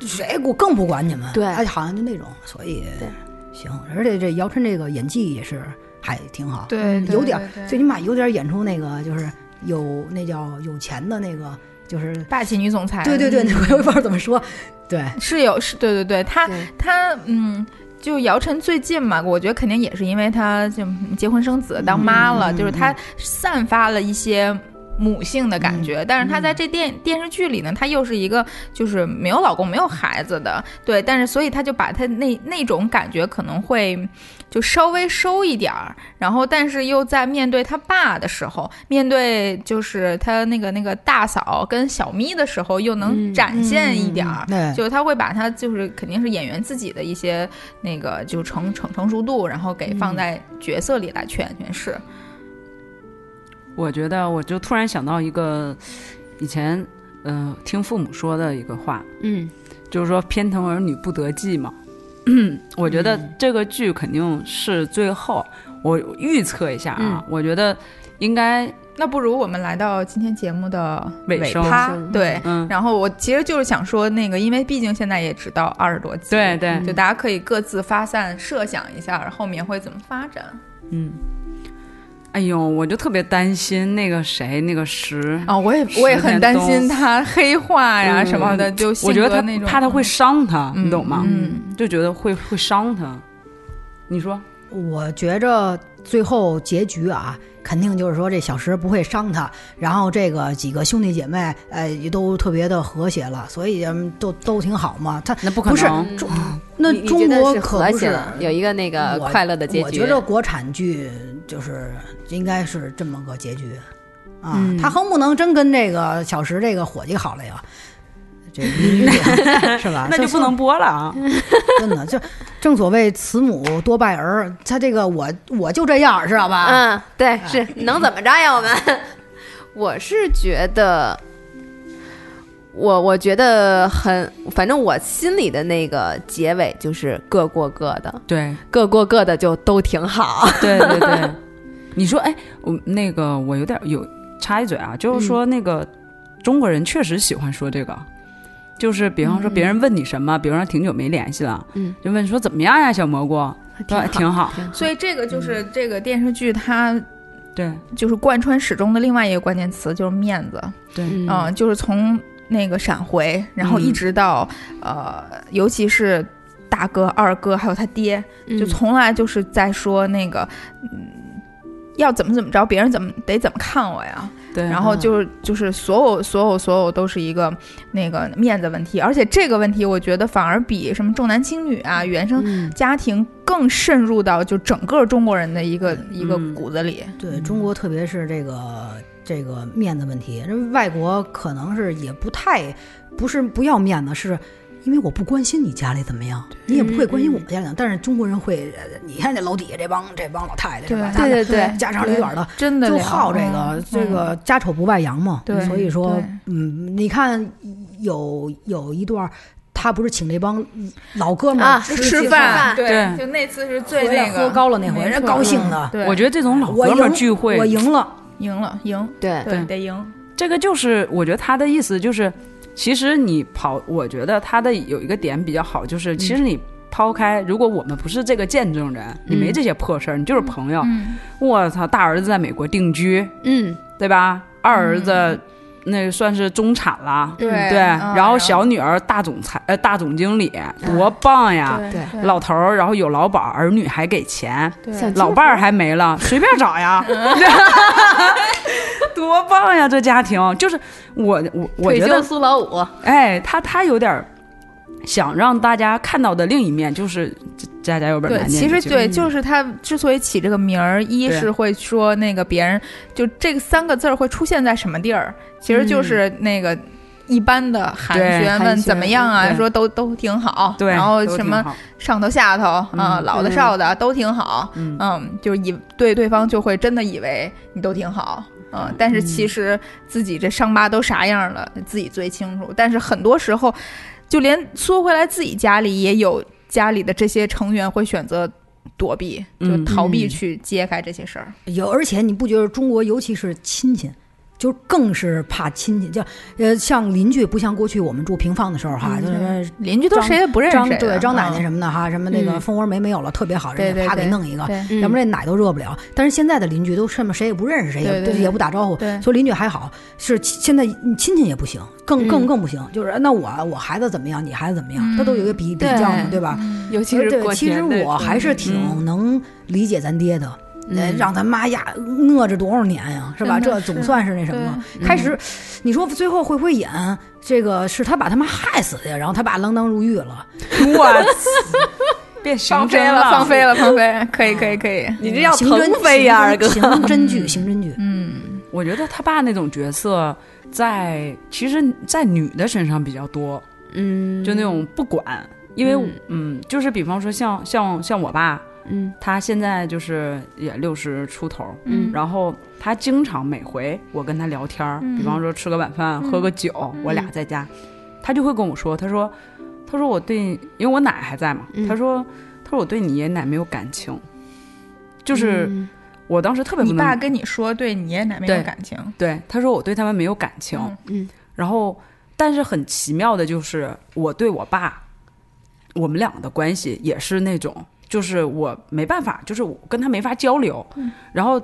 B: 谁我更不管你们，
D: 对
B: 哎，好像就那种，所以
D: 对
B: 行，而且这姚晨这个演技也是还挺好，
F: 对对
B: 有点
F: 对对
B: 最起码有点演出那个就是有那叫有钱的那个，就是
F: 霸气女总裁。
B: 对对对，那 个我也不知道怎么说，对，
F: 是有是，对对对，她
D: 对
F: 她嗯，就姚晨最近嘛，我觉得肯定也是因为她就结婚生子当妈
D: 嗯
F: 了，就是她散发了一些。母性的
D: 嗯
F: 感觉，但是她在这电、电视剧里呢，她又是一个就是没有老公、没有孩子的，对，但是所以她就把她那那种感觉可能会就稍微收一点儿，然后但是又在面对她爸的时候，面对就是她那个那个大嫂跟小咪的时候，又能
D: 嗯
F: 展现一点儿，
B: 嗯对，
F: 就是他会把他就是肯定是演员自己的一些那个就成成成熟度，然后给放在角色里来诠诠释。
G: 我觉得我就突然想到一个以前呃听父母说的一个话，
D: 嗯
G: 就是说偏疼儿女不得计嘛。 我觉得
F: 嗯
G: 这个剧肯定是最后，我预测一下
F: 嗯
G: 啊，我觉得应该
F: 那不如我们来到今天节目的
G: 尾声
F: 趴
D: 尾声，
F: 对。
G: 嗯，
F: 然后我其实就是想说，那个，因为毕竟现在也只到二十多集，
G: 对对
F: 就大家可以各自发散设想一下后面会怎么发展。
G: 哎呦，我就特别担心那个谁那个石。
F: 啊、我也我也很担心
G: 石建东
F: 他黑化呀什么的，就
G: 我觉得
F: 性格
G: 他
F: 那种
G: 怕他会伤他，
F: 嗯
G: 你懂吗？
F: 嗯
G: 就觉得会会伤他。你说，
B: 我觉着最后结局啊，肯定就是说这小石不会伤他，然后这个几个兄弟姐妹，呃，也都特别的和谐了，所以嗯都都挺好嘛。他
G: 那不可
B: 不是
G: 能，
B: 中，那
D: 嗯你你
B: 中
D: 觉得
B: 国
D: 是
B: 可
D: 和
B: 不
D: 谐
B: 是
D: 了，有一个那个
B: 我
D: 快乐的结
B: 我
D: 局。
B: 觉着国产剧就是应该是这么个结局啊，
G: 嗯
B: 他横不能真跟这个小石这个伙计好了呀。这 是吧？
G: 那就不能播了 啊！
B: 真的，就正所谓慈母多败儿，他这个我我就这样，知道吧？
D: 嗯，对，
B: 哎
D: 是能怎么着呀？我们， 我是觉得，我我觉得很，反正我心里的那个结尾就是各过各的，
G: 对，
D: 各过各的就都挺好。
G: 对对对，你说，哎，我那个我有点有插一嘴啊，就是说那个、中国人确实喜欢说这个，就是比方说别人问你什么，比方说挺久没联系了，
D: 嗯，
G: 就问说怎么样呀，小蘑菇，说哎
D: 挺
G: 挺好，
F: 所以这个就是这个电视剧它
G: 对
F: 就是贯穿始终的另外一个关键词就是面子，
G: 对，
D: 嗯
F: 嗯、就是从那个闪回，然后
G: 嗯
F: 一直到、呃，尤其是大哥、二哥还有他爹，就从来就是在说那个，嗯，要怎么怎么着，别人怎么得怎么看我呀？
G: 对，嗯
F: 然后就是就是所有所有所有都是一个那个面子问题，而且这个问题我觉得反而比什么重男轻女啊、原生
G: 嗯
F: 家庭更渗入到就整个中国人的一个一个
G: 嗯
F: 骨子里。
B: 对中国，特别是这个这个面子问题，人外国可能是也不太不是不要面子，是因为我不关心你家里怎么样，你也不
F: 嗯
B: 会关心我家里怎么样。但是中国人会，呃你看这楼底下这帮这帮老太太是吧？
F: 对对对对
B: 家长里短的。
F: 真的
B: 就
F: 了
B: 好这个
F: 嗯，
B: 这个家丑不外扬嘛，
F: 对
B: 所以说
F: 对，
B: 嗯，你看有有一段儿，他不是请这帮老哥们儿
D: 啊
F: 吃
B: 几
F: 饭，
D: 饭
G: 对
F: 就那次是
B: 回
F: 最
B: 来
F: 那个
B: 喝高了那回，
F: 没
B: 人
F: 错
B: 高兴
F: 嗯
B: 的，
F: 对，
G: 我觉得这种老
B: 我
G: 哥们儿
B: 赢
G: 聚会，
B: 我赢了，
F: 赢了，赢，
D: 哎对
F: 对，得赢，
G: 这个就是我觉得他的意思就是，其实你跑，我觉得他的有一个点比较好，
F: 嗯
G: 就是其实你抛开，如果我们不是这个见证人，你没这些破事儿，你就是朋友。
F: 嗯，
G: 我操，大儿子在美国定居，
D: 嗯，
G: 对吧？二儿子、那算是中产啦，
F: 嗯对
G: 对。
F: 嗯
G: 然后小女儿大总裁呃大总经理，多棒呀！
F: 对
D: 对
F: 对
G: 老头儿，然后有劳保，儿女还给钱，
F: 对
D: 小
G: 老伴儿还没 了，随便找呀，多棒呀！这家庭就是我我我
D: 退
G: 觉
D: 休
G: 得，
D: 苏老五，
G: 哎，他他有点儿想让大家看到的另一面，就是家家有本
F: 对，
G: 难念
F: 其
G: 的
F: 实
G: 经。
F: 对，就是他之所以起这个名儿，一
G: 嗯对
F: 是会说那个别人，就这三个字儿会出现在什么地儿，其实就是那个一般的寒
G: 对
F: 暄
G: 寒
F: 问
G: 暄
F: 怎么样啊，
G: 对
F: 说都都挺好，
G: 对，
F: 然后
G: 都
F: 什
G: 挺
F: 么
G: 好，
F: 上头下头啊，
G: 嗯
F: 老的
D: 对
F: 少的都挺好，
G: 嗯
F: 嗯，就是以对对方就会真的以为你都挺好。嗯，但是其实自己这伤疤都啥样了，自己最清楚。但是很多时候，就连缩回来自己家里，也有家里的这些成员会选择躲避，就
G: 嗯
F: 逃避
B: 嗯
F: 去揭开这些事儿。
B: 有，而且你不觉得中国尤其是亲戚，就更是怕亲戚，就呃像邻居，不像过去我们住平房的时候哈，
F: 嗯
B: 就
F: 对
B: 是
F: 邻居都
B: 张
F: 谁也不认识
B: 张
F: 谁了，
B: 对张奶奶
F: 嗯
B: 什么的哈，什么那个
D: 嗯
B: 蜂窝煤没有了，特别好，人
F: 对
B: 家
F: 对
B: 啪给
F: 对
B: 弄一个。
F: 对嗯
B: 要不
D: 然
B: 然这奶都热不了。但是现在的邻居都什么谁也不认识谁，
F: 对
B: 也
F: 对
B: 不
F: 对
B: 也不打招呼，
F: 对
B: 所以邻居还好。是亲现在嗯亲戚也不行，更更
D: 嗯
B: 更不行。就是哎那我我孩子怎么样，你孩子怎么样，
F: 嗯
B: 他都有一个比比
D: 对
B: 较嘛，对吧？
G: 尤
B: 其实对，其实我还
D: 嗯
B: 是
G: 嗯
B: 挺能理解咱爹的，呃让咱妈呀饿着多少年呀，是吧？
F: 真
B: 这
F: 的
B: 总
F: 是
B: 算是那什么了。开始，你说最后会不会演这个是他把他妈害死的呀？然后他爸锒铛入狱了，
G: 我 变刑
F: 放飞
G: 侦
F: 了，放飞
G: 了，
F: 了，放飞了，可以，可以，可以。
G: 你这要
B: 刑侦
G: 腾飞呀，二哥。
B: 刑侦剧，刑侦剧，
F: 嗯，
G: 我觉得他爸那种角色在，其实，在女的身上比较多，
D: 嗯，
G: 就那种不管，因为
D: 嗯
G: 嗯就是比方说像像像我爸，
D: 嗯
G: 他现在就是也六十出头，
F: 嗯
G: 然后他经常每回我跟他聊天儿，
F: 嗯
G: 比方说吃个晚饭、
D: 嗯
G: 喝个酒，我俩在家，他就会跟我说，他说他说我对，因为我奶还在嘛，
D: 嗯
G: 他说他说我对你爷爷奶没有感情，就是
D: 嗯
G: 我当时特别不
F: 你
G: 能
F: 爸跟你说对你爷爷奶奶没有
G: 对
F: 感情，
G: 对，他说我对他们没有感情，
F: 嗯
D: 嗯
G: 然后但是很奇妙的就是我对我爸，我们俩的关系也是那种，就是我没办法，就是我跟他没法交流，然后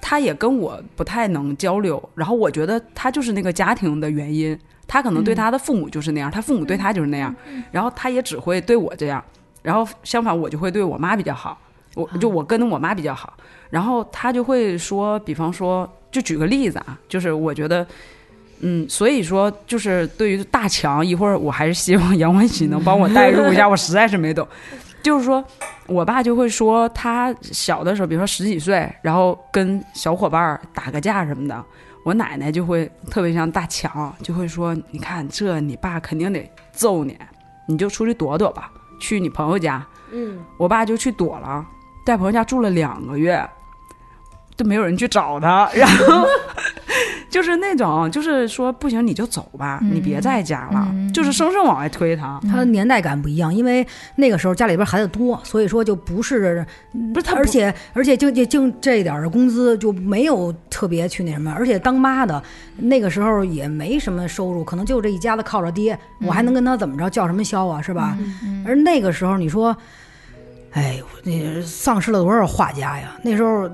G: 他也跟我不太能交流，然后我觉得他就是那个家庭的原因，他可能对他的父母就是那样，他父母对他就是那样，然后他也只会对我这样，然后相反我就会对我妈比较好，我就我跟我妈比较好，然后他就会说，比方说，就举个例子啊，就是我觉得。嗯，所以说就是对于大强，一会儿我还是希望杨欢喜能帮我代入一下，我实在是没懂。就是说我爸就会说，他小的时候，比如说十几岁，然后跟小伙伴儿打个架什么的，我奶奶就会特别像大强，就会说：“你看这你爸肯定得揍你，你就出去躲躲吧，去你朋友家。”
D: 嗯，
G: 我爸就去躲了，在朋友家住了两个月，都没有人去找他，然后就是那种，就是说不行你就走吧，
F: 嗯
G: 你别在家了，
F: 嗯
G: 就是生生往外推他。
B: 他年代感不一样，因为那个时候家里边孩子多，所以说就不是嗯
G: 不是他不，
B: 而且而且就就就这点儿的工资就没有特别去那什么，而且当妈的那个时候也没什么收入，可能就这一家子靠着爹，
G: 嗯
B: 我还能跟他怎么着叫什么嚣啊，是吧？而那个时候你说，哎，我那丧失了多少画家呀？那时候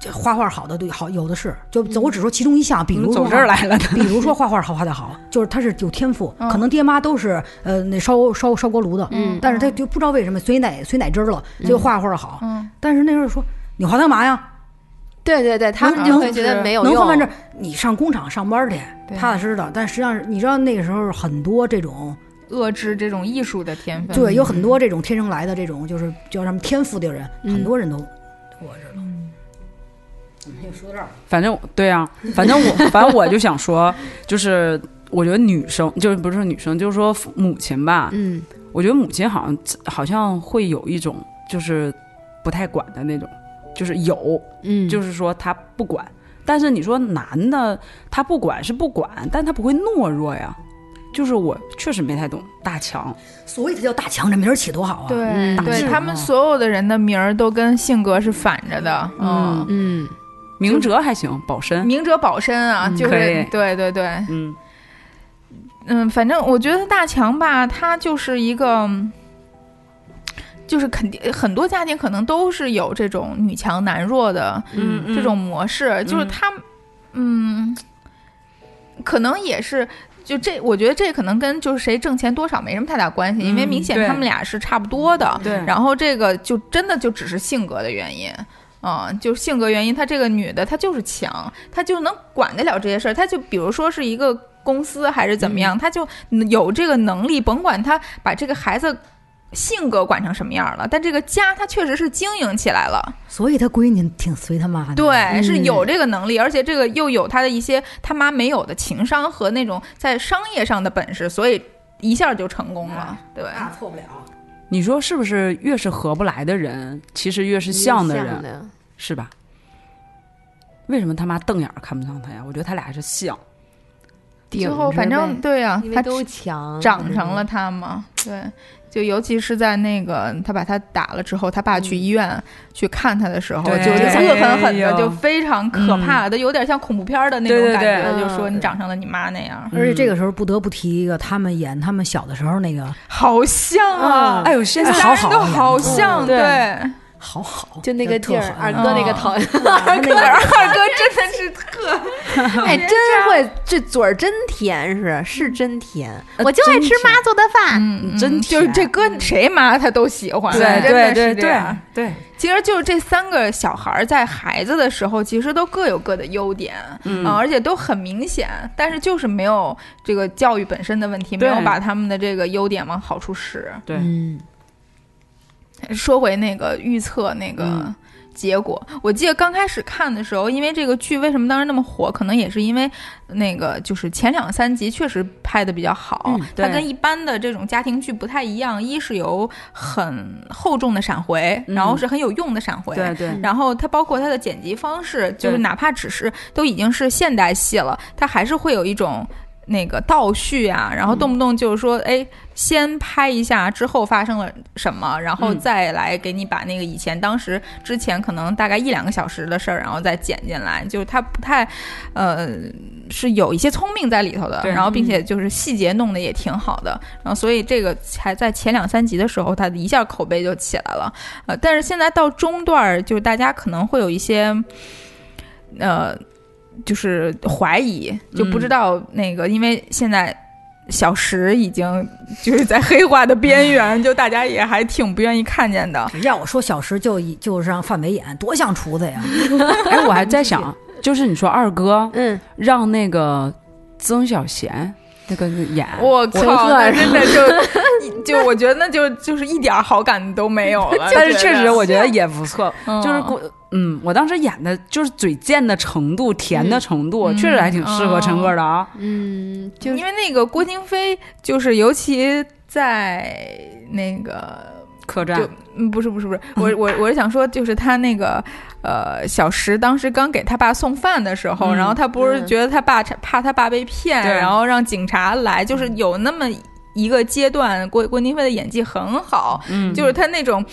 B: 这画画好的对好有的是，就我只说其中一项，比如说
G: 嗯走这儿来了 的。
B: 比如说画画好画的好， 就是他是有天赋，
F: 嗯
B: 可能爹妈都是呃那烧烧烧锅炉的，
D: 嗯
B: 但是他就不知道为什么随奶随奶汁儿了，就画画好。
F: 嗯
B: 但是那时候说你画它干嘛呀？
D: 对对对，他们就会觉得没有
B: 能
D: 用。
B: 换饭证，你上工厂上班去，
F: 对
B: 踏踏实实的。但实际上是，你知道那个时候很多这种，
F: 遏制这种艺术的天分。
B: 对，有很多这种天生来的这种，就是叫什么天赋的人，
D: 嗯
B: 很多人都活着了。又说到这儿，
G: 反正对啊，反正我反正我就想说，就是我觉得女生就是不是说女生，就是说父母亲吧，
D: 嗯，
G: 我觉得母亲好像好像会有一种就是不太管的那种，就是有，
D: 嗯，
G: 就是说他不管。但是你说男的他不管是不管，但他不会懦弱呀。就是我确实没太懂大强，
B: 所以他叫大强，这名儿起多好啊！
F: 对、
D: 嗯
F: 对
B: 打，字
F: 他
B: 啊
F: 们所有的人的名儿都跟性格是反着的。
G: 嗯
F: 嗯，
D: 嗯
G: 明哲还行，保身，
F: 明哲保身啊，
B: 嗯
F: 就是
G: 可以
F: 对对对，
G: 嗯
F: 嗯，反正我觉得大强吧，他就是一个。就是肯定很多家庭可能都是有这种女强男弱的
D: 嗯
F: 这种模式，就是
G: 嗯
F: 他，嗯，可能也是就这，我觉得这可能跟就是谁挣钱多少没什么太大关系，因为
G: 嗯
F: 明显
G: 对
F: 他们俩是差不多的。
G: 嗯对，
F: 然后这个就真的就只是性格的原因。嗯，就是性格原因，她这个女的她就是强，她就能管得了这些事儿。她就比如说是一个公司还是怎么样，
D: 嗯
F: 她就有这个能力，甭管她把这个孩子性格管成什么样了，但这个家她确实是经营起来了。
B: 所以他闺女挺随他
D: 嗯
B: 妈的。
F: 对，是有这个能力，而且这个又有他的一些他妈没有的情商和那种在商业上的本事，所以一下就成功了。
D: 嗯
F: 对，
D: 啊
B: 那错不了。
G: 你说是不是越是合不来的人，其实越是像的人，是吧？为什么他妈瞪眼儿看不上他呀？我觉得他俩是像，
F: 最后反正对啊呀、
D: 因为
F: 他
D: 都
G: 嗯
D: 强，
F: 长成了他嘛，对。就尤其是在那个他把他打了之后，他爸去医院去看他的时候，
G: 嗯对
F: 就恶狠狠
G: 哎
F: 的，
G: 呦
F: 就非常可怕的，有点像恐怖片的那
G: 对对
F: 种
G: 嗯
F: 感觉，
D: 对
F: 就说你长成了你妈那样，
B: 而且
D: 嗯
B: 这个时候不得不提一个，他们演他们小的时候那个
F: 好像啊，
G: 哎呦，现在
F: 仨
B: 好好
F: 人都
B: 演
F: 好
B: 得
F: 像，
G: 嗯
F: 对。
B: 好好，
D: 就那个劲儿，二
B: 特狠
D: 哥那个讨厌，
B: 他那
F: 对，
B: 个
F: 二哥真的是 特
D: 哎， 真会，这嘴儿真甜，是是真甜，我就爱吃妈做的饭。
F: 嗯，
G: 真
F: 就是
G: 甜嗯
F: 这歌谁妈他都喜欢，
G: 对
F: 真的
G: 对
F: 是
G: 对
F: 这
G: 对
F: 样
G: 对，
F: 其实就是这三个小孩儿在孩子的时候，其实都各有各的优点，
G: 嗯
F: 啊而且都很明显，但是就是没有这个教育本身的问题，没
G: 对
F: 有把他们的这个优点往好处使。
G: 对
D: 嗯，
F: 说回那个预测那个
G: 嗯
F: 结果，我记得刚开始看的时候，因为这个剧为什么当时那么火，可能也是因为那个就是前两三集确实拍的比较好，
G: 嗯对
F: 它跟一般的这种家庭剧不太一样，一是有很厚重的闪回，
G: 嗯
F: 然后是很有用的闪回，
G: 对对，
F: 然后它包括它的剪辑方式，就是
G: 对
F: 哪怕只是都已经是现代戏了，它还是会有一种那个倒叙啊，然后动
G: 嗯
F: 不动就是说，哎，先拍一下之后发生了什么，然后
G: 嗯
F: 再来给你把那个以前当时之前可能大概一两个小时的事儿，然后再剪进来，就是它不太，呃，是有一些聪明在里头的，
G: 对嗯
F: 然后并且就是细节弄得也挺好的，然后所以这个才在前两三集的时候，它一下口碑就起来了。呃，但是现在到中段儿，就是大家可能会有一些，呃，就是怀疑，就不
G: 嗯
F: 知道那个，因为现在小时已经就是在黑化的边缘，就大家也还挺不愿意看见的。
B: 要我说小时就一就是让范伟演，多像厨子 呀！
G: 哎，我还在想，就是你说二哥
D: 嗯，
G: 让那个曾小贤那个演，
F: 我靠，那
D: 饿
F: 真的 就就我觉得那就就是一点儿好感都没有了。
G: 但是
F: 觉
G: 确
F: 得
G: 实我觉得也不错，
F: 嗯
G: 就是我嗯，我当时演的就是嘴贱的程度、甜的程度，
F: 嗯
G: 确实还挺适合陈哥的啊。
D: 嗯，就
F: 因为那个郭京飞，就是尤其在那个
G: 客栈
F: 就嗯，不是不是 不是，我我我是想说，就是他那个呃，小石当时刚给他爸送饭的时候，
G: 嗯
F: 然后他不是
D: 嗯
F: 觉得他爸怕怕他爸被骗，
G: 对
F: 然后让警察来，就是
D: 嗯
F: 有那么一个阶段，郭郭京飞的演技很好，
G: 嗯，
F: 就是他那种。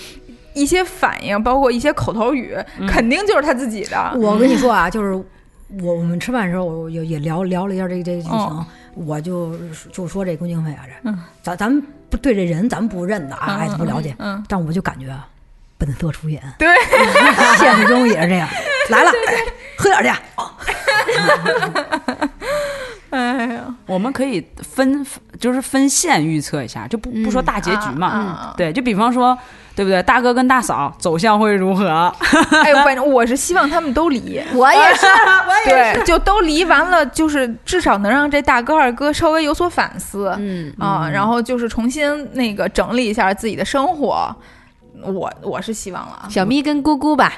F: 一些反应，包括一些口头语，
D: 嗯
F: 肯定就是他自己的。
B: 我跟你说啊，就是我我们吃饭的时候，我也也聊聊了一下这这剧情
F: 哦，
B: 我就就说这龚京飞啊，这
F: 嗯
B: 咱咱们不对这人咱们不认的啊，
F: 嗯
B: 孩子不了解，
F: 嗯，
B: 但我就感觉啊本色出演，
F: 对，
B: 现实中也是这 样。来了，哎喝点去。哦
F: 哎呀，
G: 我们可以分，就是分线预测一下，就不不说
D: 嗯
G: 大结局嘛。
F: 啊啊啊
G: 对，就比方说，对不对？大哥跟大嫂走向会如 何？
F: 哎呦，反正我是希望他们都离，
D: 我也是，
F: 对，就都离完了，就是至少能让这大哥二哥稍微有所反思
D: 嗯，
F: 啊，然后就是重新那个整理一下自己的生活。我我是希望了 啊，
D: 小咪跟姑姑吧，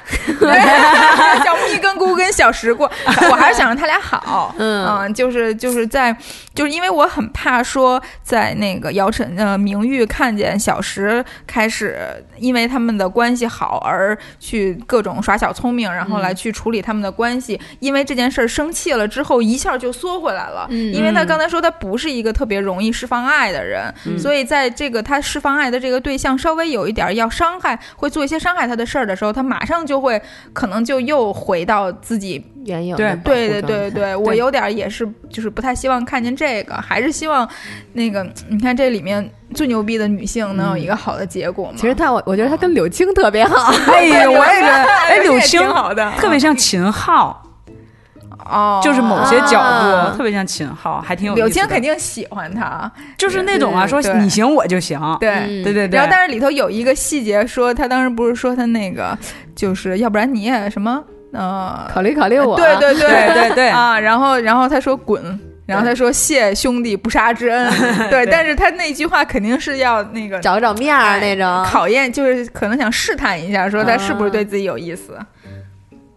F: 小咪跟姑跟小石过，我还是想让他俩好。 啊
D: 嗯
F: 就是就是在，就是因为我很怕说在那个姚晨呃明玉看见小石开始因为他们的关系好而去各种耍小聪明，然后
D: 嗯
F: 来去处理他们的关系，因为这件事儿生气了之后一下就缩回来了。
D: 嗯
F: 因为他刚才说他不是一个特别容易释放爱的人，
G: 嗯
F: 所以在这个他释放爱的这个对象稍微有一点儿要伤害，会做一些伤害他的事儿的时候，他马上就会可能就又回到自己。
D: 原有
G: 对
D: 的保护
F: 对对
D: 状
F: 对
D: 态，
F: 对，我有点儿也是，就是不太希望看见这个，还是希望那个你看这里面最牛逼的女性能有一个好的结果嘛。
D: 其实他我我觉得他跟柳青特别 好，
G: 哎呀，我也觉得，哎，
F: 这
G: 柳
F: 也
G: 青
F: 挺好的，
G: 特别像秦昊，
F: 哦，
G: 就是某些角
D: 啊
G: 度特别像秦昊，还挺有意思
F: 柳
G: 的。
F: 青肯定喜欢他，
G: 就是那种啊，
F: 对
G: 说
F: 对
G: 你行我就行，
F: 对。
D: 嗯
G: 对对对。
F: 然后，但是里头有一个细节说，他当时不是说他那个，就是要不然你也什么，呃，
D: 考虑考虑我，啊
F: 对对对
G: 对对对
F: 啊，然后然后他说滚，然后他说谢兄弟不杀之恩， 对，但是他那句话肯定是要那个
D: 找找面儿那种，
F: 考验，就是可能想试探一下，说
G: 啊
F: 他是不是对自己有意思。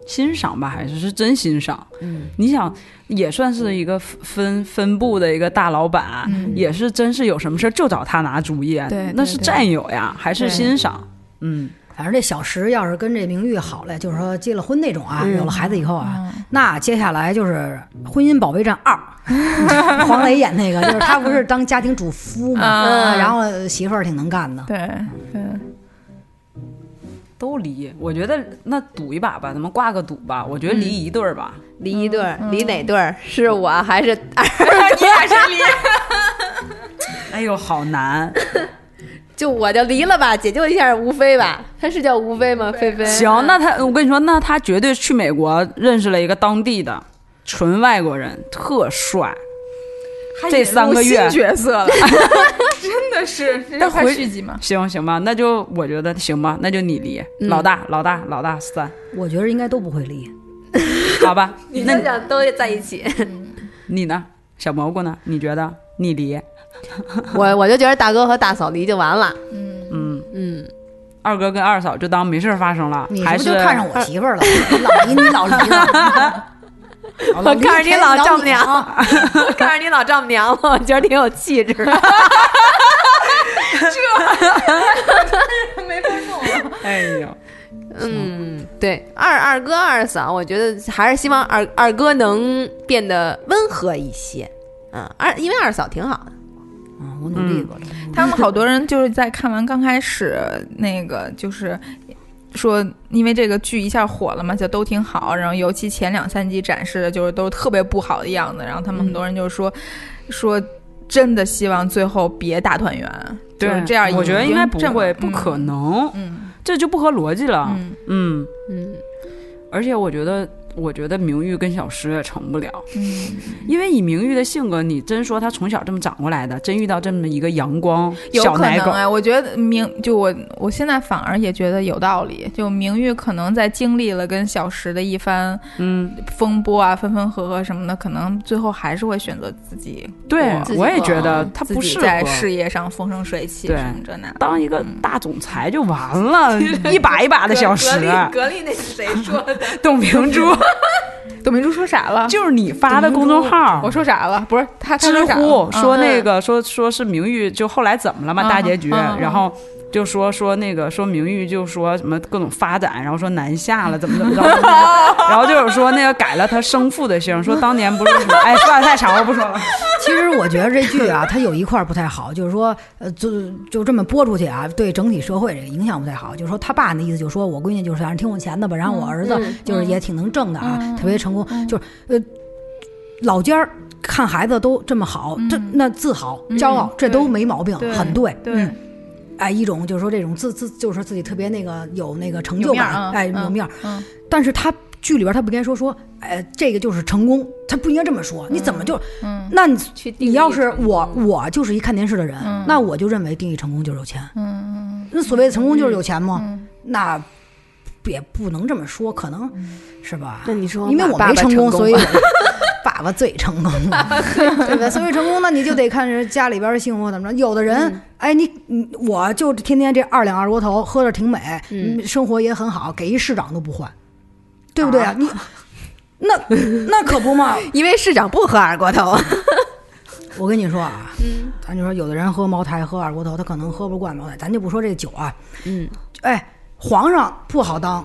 G: 欣赏吧，还是是真欣赏。
D: 嗯，
G: 你想，也算是一个分分部的一个大老板，
F: 嗯
G: 也是真是有什么事儿就找他拿主意，啊
F: 对对
G: 那是战友呀，还是欣赏？嗯，
B: 反正这小石要是跟这明玉好了，就是说结了婚那种啊，
D: 嗯
B: 有了孩子以后啊，那接下来就是《婚姻保卫战 二》，黄磊演那个，就是他不是当家庭主夫嘛，
F: 啊
B: 然后媳妇儿挺能干的。
F: 对对，
G: 都离，我觉得那赌一把吧，咱们挂个赌吧，我觉得离
F: 嗯
G: 一对儿吧。
D: 离一对儿，离哪对儿？是我还嗯是
F: 你俩是离，
G: 哎呦，好难！
D: 就我就离了吧，解救一下吴非吧，他是叫吴非吗？菲嗯菲，
G: 行，那他，我跟你说，那他绝对去美国认识了一个当地的纯外国人，特帅。这三个月
F: 入新角色 了，真的是，这是
G: 但
F: 快
G: 回
F: 续 集嘛？
G: 行行吧，那就我觉得行吧，那就你离、
D: 嗯
G: 老大，老大，老大三，
B: 我觉得应该都不会离。
G: 好 吧？
D: 你
G: 那
D: 就想都在一起，
G: 你呢，小蘑菇呢？你觉得你离
D: 我我就觉得大哥和大嫂离就完了，
G: 嗯
D: 嗯，
G: 二哥跟二嫂就当没事儿发生了，
B: 你
G: 还
B: 是不
G: 是
B: 是就看上我媳妇 儿了？你老离，你老离了。
D: 我看着你老丈母娘
B: 老离
D: 我看着你老丈母娘了，我觉得挺有气质的，
G: 哎呦，
D: 嗯，对，二二哥二嫂，我觉得还是希望二二哥能变得温和一些，嗯，二因为二嫂挺好的，
B: 嗯我努力过了。
F: 他们好多人就是在看完刚开始那个，就是说，因为这个剧一下火了嘛，就都挺好。然后尤其前两三集展示的就是都是特别不好的样子，然后他们很多人就说、说。真的希望最后别大团圆，啊就是这样已经。
G: 我觉得应该不会，
F: 嗯
G: 不可。能，
F: 嗯
G: 这就不合逻辑了。
F: 嗯
G: 嗯，
D: 嗯，
G: 而且我觉得，我觉得明玉跟小石也成不了，
F: 嗯，
G: 因为以明玉的性格，你真说他从小这么长过来的，真遇到这么一个阳光
F: 有
G: 小
F: 可
G: 奶
F: 能
G: 狗，
F: 哎，我觉得明就我我现在反而也觉得有道理。就明玉可能在经历了跟小石的一番
G: 嗯，
F: 风波啊、分分合合什么的，可能最后还是会选择自己
G: 对
F: 我
D: 自，己
G: 我也
D: 过
G: 觉得
D: 啊
G: 他
F: 自
G: 不
F: 己
G: 适
F: 在
G: 合。
F: 事业上风生水起
G: 对
F: 什么这那的。
G: 当一个大总裁就完 了，一把一把的小石，
D: 格力那 是谁说的？
G: 董明 珠
F: 董明珠说啥了？
G: 就是你发的公众号，
F: 我说啥了？不是他他
G: 啊知
F: 说啥
G: 乎
F: 了？
G: 说那个说说是明玉，就后来怎么了嘛？
F: 嗯
G: 大结局，
F: 嗯嗯嗯
G: 然后就说说那个说明玉就说什么各种发展，然后说南下了怎么怎么着， 然后就有说那个改了他生父的姓，说当年不是什么哎算了太长了不说了，
B: 其实我觉得这剧啊，它有一块儿不太好，就是说，呃，就就这么播出去啊，对整体社会这个影响不太好。就是说，他爸那意思就是说我闺女就是反正挺有钱的吧，然后我儿子
D: 嗯
B: 就是也挺能挣的啊，
F: 嗯
B: 特别成功，就是呃，老家儿看孩子都这么好，这那自豪、骄傲，这都没毛病，
F: 嗯对
B: 很对。
F: 对，
G: 嗯
B: 哎，一种就是说这种自自就是说自己特别那个有那个成
F: 有
B: 就
F: 面
B: 感
F: 儿啊，
B: 哎，
F: 嗯
B: 有面儿。
F: 嗯
B: 但是他剧里边他不应该说说，哎，这个就是成功，他不应该这么说。你
F: 嗯
B: 怎么就，那你
D: 嗯去定义
B: 你要是
D: 成功嗯
B: 我，我就是一看电视的人，那我就认为定义成功就是有钱。那所谓的成功就是有钱吗？
D: 嗯
B: 那也不能这么说，可能
D: 嗯
B: 是吧？
D: 那你说
B: 因为我
D: 爸
B: 没
D: 爸
B: 成
D: 成
B: 功，
D: 功
B: 所以
D: 吗
B: 我爸爸最成功 了，对吧？所以成功，那你就得看人家里边儿幸福怎么着。有的人，
D: 嗯
B: 哎，你你我就天天这二两二锅头喝着挺美，嗯，生活也很好，给一市长都不换，对不对啊？你那那可不嘛！
D: 因为市长不喝二锅头，嗯
B: 我跟你说啊，咱就说有的人喝茅台喝二锅头，他可能喝不惯茅台，咱就不说这酒啊，
D: 嗯，
B: 哎，皇上不好当，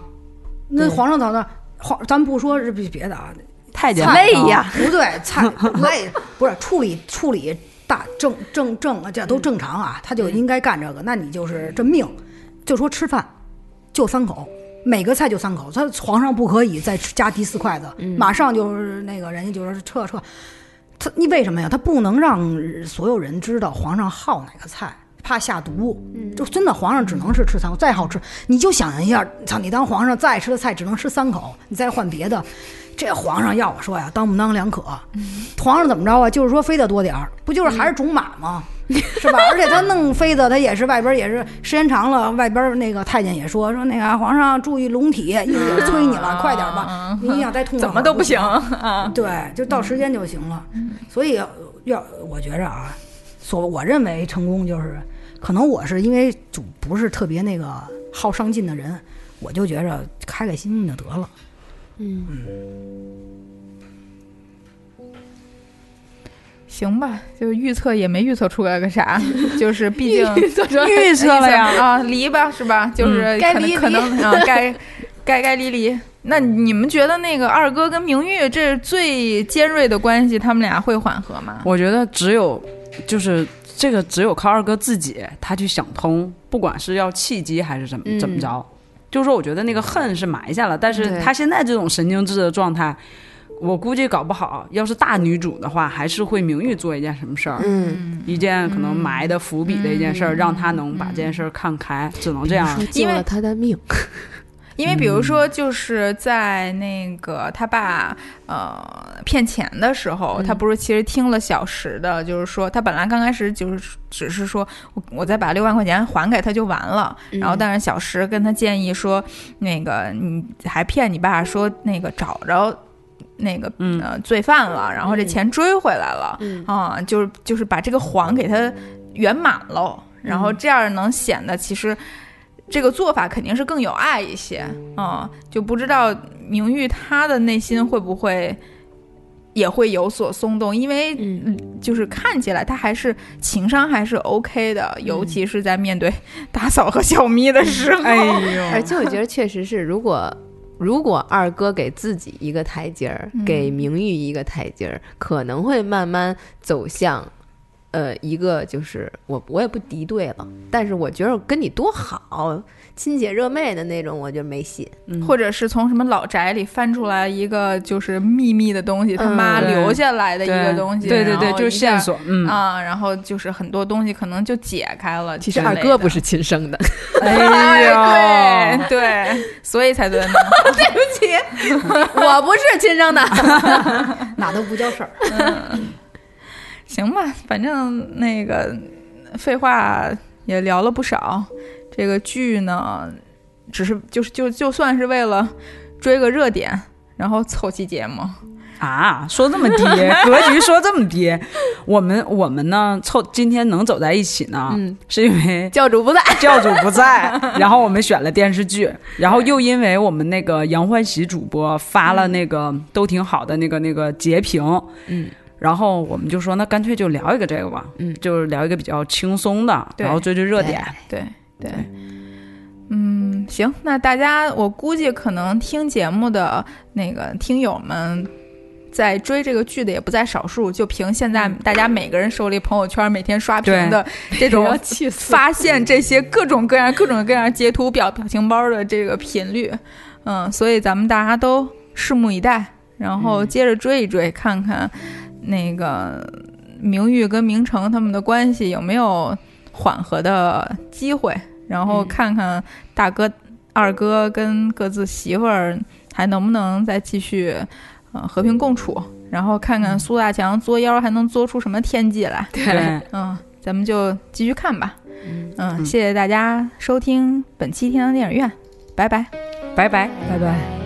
B: 那皇上咋的？皇，咱不说是别别的啊，
G: 太监
B: 菜
D: 累呀，
B: 不对，菜累不是处理处理大正正正啊，这都正常啊，他就应该干这个。那你就是这命，就说吃饭就三口，每个菜就三口，他皇上不可以再吃加第四筷子，马上就是那个人家就是撤撤。他你为什么呀？他不能让所有人知道皇上好哪个菜。怕下毒，
F: 嗯
B: 就真的皇上只能是吃三口，再好吃，你就想一下，操，你当皇上再吃的菜只能吃三口，你再换别的，这皇上要我说呀，当不当两可。
F: 嗯
B: 皇上怎么着啊？就是说非得多点儿，不就是还是种马吗？是吧？而且他弄妃子，他也是外边也是时间长了，外边那个太监也说说那个皇上注意龙体，一直催你了，快点吧，你想再
G: 嗯
B: 痛
F: 啊怎么都不行。
B: 对，就到时间就行了。所以呃要我觉着啊，所我认为成功就是，可能我是因为主不是特别那个好上进的人，我就觉着开开心心的得了。
F: 行吧，就是预测也没预测出来个啥，就是毕 竟哎
G: 预测了呀。
F: 啊，离吧是吧？就是
D: 嗯该
F: 可能
D: 离
F: 可能啊，该该该离离。那你们觉得那个二哥跟明玉这是最尖锐的关系，他们俩会缓和吗？
G: 我觉得只有就是这个只有靠二哥自己，他去想通，不管是要契机还是怎么、
D: 嗯
G: 怎么着，就是说我觉得那个恨是埋下了，但是
D: 对
G: 他现在这种神经质的状态。我估计搞不好，要是大女主的话，还是会名誉做一件什么事儿，
D: 嗯，
G: 一件可能埋的伏笔的一件事儿，让他能把这件事儿看开，只
D: 嗯
G: 能这样。
F: 因为
D: 他的命，
F: 因为比如说，就是在那个他爸呃骗钱的时候，他不是其实听了小石的，就是说他本来刚开始就是只是说我我再把六万块钱还给他就完了，然后但是小石跟他建议说，那个你还骗你爸说那个找着。那个
G: 嗯
F: 呃罪犯了，然后这钱追回来了，
D: 嗯
F: 啊，就是就是把这个还给他圆满喽，然
D: 嗯
F: 后这样能显得其实这个做法肯定是更有爱一些
D: 嗯
F: 啊、就不知道明玉她的内心会不会也会有所松动，因为
D: 嗯
F: 就是看起来她还是情商还是 OK
D: 嗯
F: 的，尤其是在面对 大嫂和小咪的时
D: 哎
F: 候， 嗯
D: 而且我觉得确实是，如果如果二哥给自己一个台阶儿，
F: 嗯
D: 给明玉一个台阶儿，可能会慢慢走向。呃，一个就是我，我也不敌对了，但是我觉得我跟你多好，亲姐热妹的那种，我就没戏。
F: 或者是从什么老宅里翻出来一个就是秘密的东西，他妈
G: 对
F: 留下来的一个东西，
G: 对对
F: 然
G: 对，
F: 后
G: 就是
F: 一下
G: 线索。嗯，
F: 啊，然后就是很多东西可能就解开了之
D: 其
F: 类
D: 实
F: 的。
D: 二哥不是亲生的，
F: 哎呦，对对，所以才对 呢。
D: 我不是亲生的。
B: 哪都不叫事儿。
F: 行吧，反正那个废话也聊了不少，这个剧呢，只是就是就就算是为了追个热点，然后凑期节目。
G: 啊，说这么低，格局说这么低，我们我们呢凑今天能走在一起呢，是因为
D: 教主不在，
G: 教主不在，然后我们选了电视剧，然后又因为我们那个杨欢喜主播发了那个都挺好的那个那个截屏，
D: 嗯，
G: 然后我们就说那干脆就聊一个这个吧，
D: 嗯
G: 就是聊一个比较轻松的，
F: 对
G: 然后追追热点，
F: 对对，嗯，行，那大家我估计可能听节目的那个听友们。在追这个剧的也不在少数，就凭现在大家每个人手里朋友圈每天刷屏的 这种
D: 气死
F: 发现这些各种各样、各种各样截图表、表情包的这个频率，嗯，所以咱们大家都拭目以待，然后
D: 嗯
F: 接着追一追，看看那个明玉跟明成他们的关系有没有缓和的
D: 嗯
F: 机会，然后看看大哥、二哥跟各自媳妇儿还能不能再继续呃和平共处，然后看
D: 嗯
F: 看苏大强作妖还能作出什么天际来。
G: 对，
F: 嗯，咱们就继续看吧。
G: 嗯
F: 嗯，谢谢大家收听本期《天堂电影院》，拜拜。
G: 拜拜。
B: 拜拜。